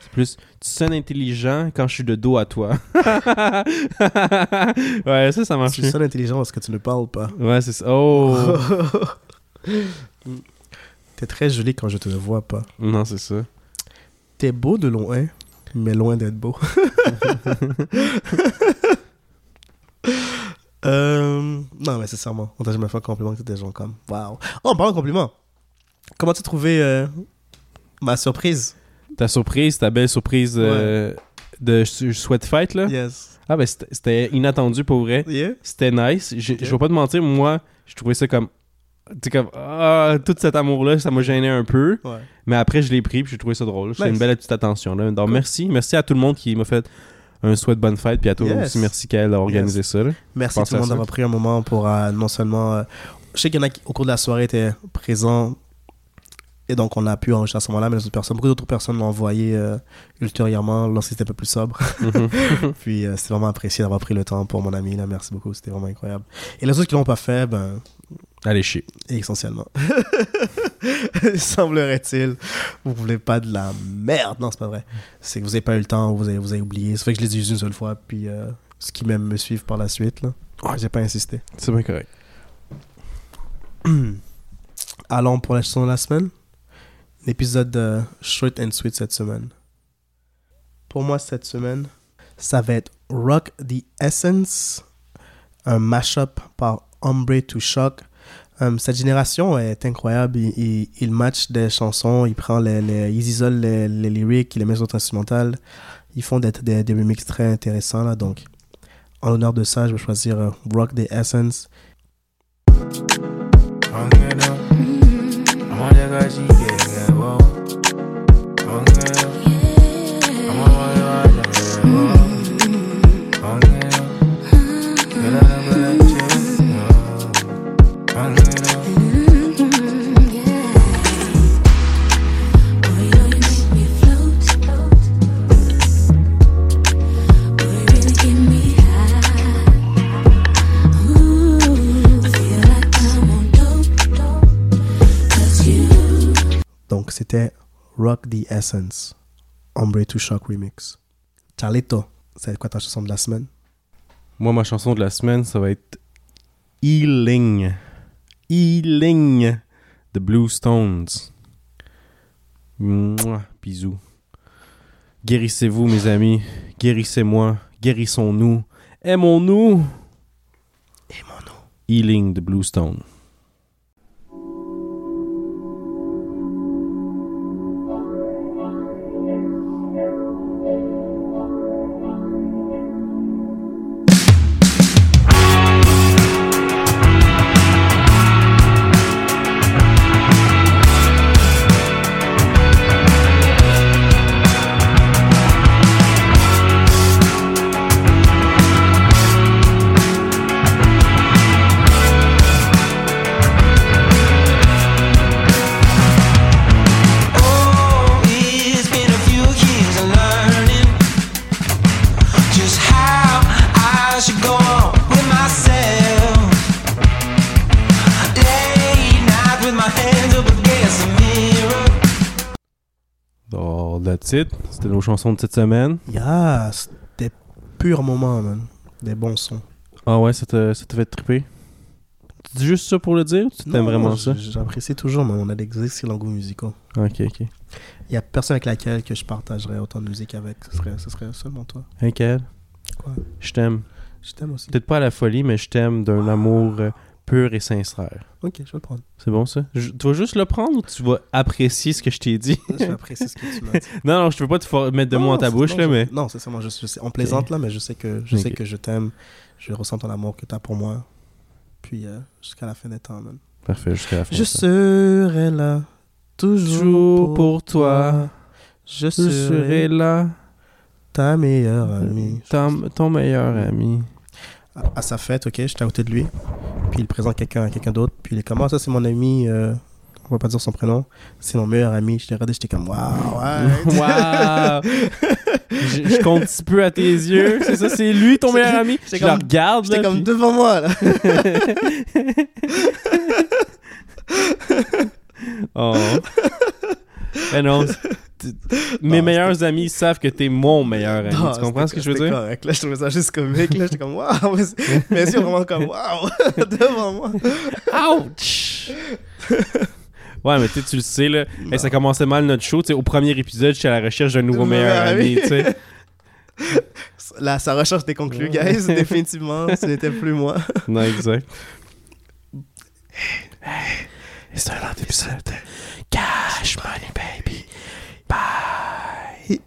S2: C'est plus, tu sonnes intelligent quand je suis de dos à toi. (laughs) ouais, ça, ça marche.
S1: Tu sonnes intelligent parce que tu ne parles pas.
S2: Ouais, c'est ça. Oh!
S1: T'es très joli quand je te ne vois pas.
S2: non, c'est ça.
S1: T'es beau de loin, mais loin d'être
S2: (laughs)
S1: beau. Euh, non, mais sincèrement, on t'a jamais fait un compliment que t'étais genre comme waouh. Oh, en parlant de compliment, comment tu trouvé euh, ma surprise
S2: Ta surprise, ta belle surprise euh, de Sou- Sweat Fight, là.
S1: Yes.
S2: Ah, ben, c'était- c'était inattendu pour vrai.
S1: Yeah.
S2: C'était nice. Je
S1: Ok.
S2: je vais pas te mentir, moi, je trouvais ça comme. Tu sais, comme. Ah, tout cet amour-là, ça m'a gêné un peu.
S1: Ouais.
S2: Mais après, je l'ai pris puis j'ai trouvé ça drôle. C'est
S1: Nice.
S2: une belle petite attention. Là. Donc,
S1: Cool.
S2: merci. Merci à tout le monde qui m'a fait un souhait de bonne fête. Puis à toi
S1: Yes.
S2: aussi, merci Kael d'avoir organisé ça. là.
S1: Merci
S2: Pensez
S1: tout le
S2: à
S1: monde
S2: ça.
S1: d'avoir pris un moment pour euh, non seulement. euh, je sais qu'il y en a qui, au cours de la soirée, étaient présents. Et donc, on a pu enregistrer à ce moment-là, mais les autres personnes, beaucoup d'autres personnes l'ont envoyé euh, ultérieurement lorsque c'était un peu plus sobre.
S2: Mhm.
S1: (laughs) Puis, euh, c'est vraiment apprécié d'avoir pris le temps pour mon ami. Là. Merci beaucoup, c'était vraiment incroyable. Et les autres qui l'ont pas fait, ben,
S2: Allez, chier.
S1: essentiellement. (laughs) Semblerait-il, vous voulez pas de la merde. Non, c'est pas vrai. C'est que vous avez pas eu le temps, vous avez, vous avez oublié. C'est vrai que je l'ai dit une seule fois, puis euh, ceux qui même me suivent par la suite, là. J'ai pas insisté.
S2: C'est bien correct.
S1: (clears throat) Allons pour la chanson de la semaine. L'épisode de Short and Sweet cette semaine. Pour moi, cette semaine, ça va être Rock the Essence, un mashup par Ombre to Shock. Hum, cette génération est incroyable. Il, il- il match des chansons, il prend les, les- ils isolent les, les lyrics, ils les mettent sur instrumental. Ils font des, des, des remixes très intéressants. Là, donc, en l'honneur de ça, je vais choisir euh, Rock the Essence
S3: Hanging up. I'm on that guy, she getting low. Hanging up. I'm on my ride, I'm getting low. Hanging up. Feel like I'm gonna just go. Hanging up.
S1: Donc c'était Rock the Essence, Ombre to Shock Remix. Charlito, c'est quoi ta chanson de la semaine
S2: Moi, ma chanson de la semaine, ça va être Healing. Healing de Blue Stones. Mouah, bisous. Guérissez-vous, mes amis. Guérissez-moi. Guérissons-nous. Aimons-nous.
S1: Aimons-nous.
S2: Healing de Blue Stone.
S4: Oh, it's been a few years of learning just how I should go on with myself. Late night with my hands up against the mirror.
S2: Oh, that's it. C'était nos chansons de cette semaine.
S1: Yeah, c'était pur moment, man. Des bons sons.
S2: Ah ouais, ça te, ça te fait triper. Tu dis juste ça pour le dire ou tu
S1: Non,
S2: t'aimes vraiment
S1: j-
S2: ça?
S1: J'apprécie toujours, mais on a des excellents goûts musicaux.
S2: Ok, ok.
S1: Il n'y a personne avec laquelle que je partagerais autant de musique avec. Ce serait, ce serait seulement toi.
S2: Hey, Kael.
S1: Quoi
S2: Hein, Je t'aime.
S1: Je t'aime aussi.
S2: Peut-être pas à la folie, mais je t'aime d'un amour euh, pure et sincère.
S1: Ok, je vais le
S2: (laughs)
S1: prendre.
S2: C'est bon ça? Je- tu vas juste le prendre ou tu vas apprécier ce que je t'ai dit?
S1: (laughs) Je vais apprécier ce que tu m'as dit.
S2: non, non, je peux pas te for- mettre de mots
S1: Non,
S2: dans ta
S1: c'est-
S2: bouche,
S1: non,
S2: là,
S1: je-
S2: mais.
S1: Non, c'est ça, moi, je, je sais- on plaisante là, mais je sais que je, sais
S2: Ok.
S1: que je t'aime. Je ressens ton amour que tu as pour moi. Puis euh, jusqu'à la fin des temps, man.
S2: Parfait, jusqu'à la fin.
S1: Je serai là, toujours
S2: Toujours
S1: pour
S2: pour toi,
S1: Je
S2: je serai
S1: serai
S2: là,
S1: ta meilleure amie.
S2: ton, ton meilleur ami.
S1: À, à sa fête, ok, j'étais à côté de lui. Puis il présente quelqu'un à quelqu'un d'autre. Puis il est comme, ah, ça c'est mon ami, euh, on va pas dire son prénom, c'est mon meilleur ami. Je l'ai regardé, j'étais comme, waouh, ouais.
S2: (laughs) Waouh! je, je compte petit peu à tes yeux. C'est ça, c'est lui ton meilleur ami. Je
S1: J'étais
S2: le
S1: comme- (laughs)
S2: regarde.
S1: J'étais
S2: là,
S1: comme
S2: puis-
S1: devant moi là.
S2: (laughs) Oh. Mais non. c'est- t- Mes
S1: Non,
S2: meilleurs amis savent que t'es mon meilleur ami.
S1: Non,
S2: tu comprends ce que
S1: c'était-
S2: je veux
S1: c'était
S2: dire?
S1: correct. Là, je trouvais ça juste comique. Là, j'étais comme, waouh, (laughs) mais
S2: (laughs)
S1: c'est- mais c'est vraiment comme, waouh, (laughs) devant moi.
S2: Ouch! ouais, mais tu sais, tu le sais, là. Hey, ça commençait mal notre show. Tu sais, au premier épisode, j'étais à la recherche d'un nouveau
S1: Nouveau
S2: meilleur
S1: meilleur
S2: ami.
S1: ami.
S2: tu sais.
S1: Là, sa recherche était conclue, guys. (laughs) Définitivement, ce n'était plus moi.
S2: non, exact. C'est un autre épisode. Cash Money Baby. Bye.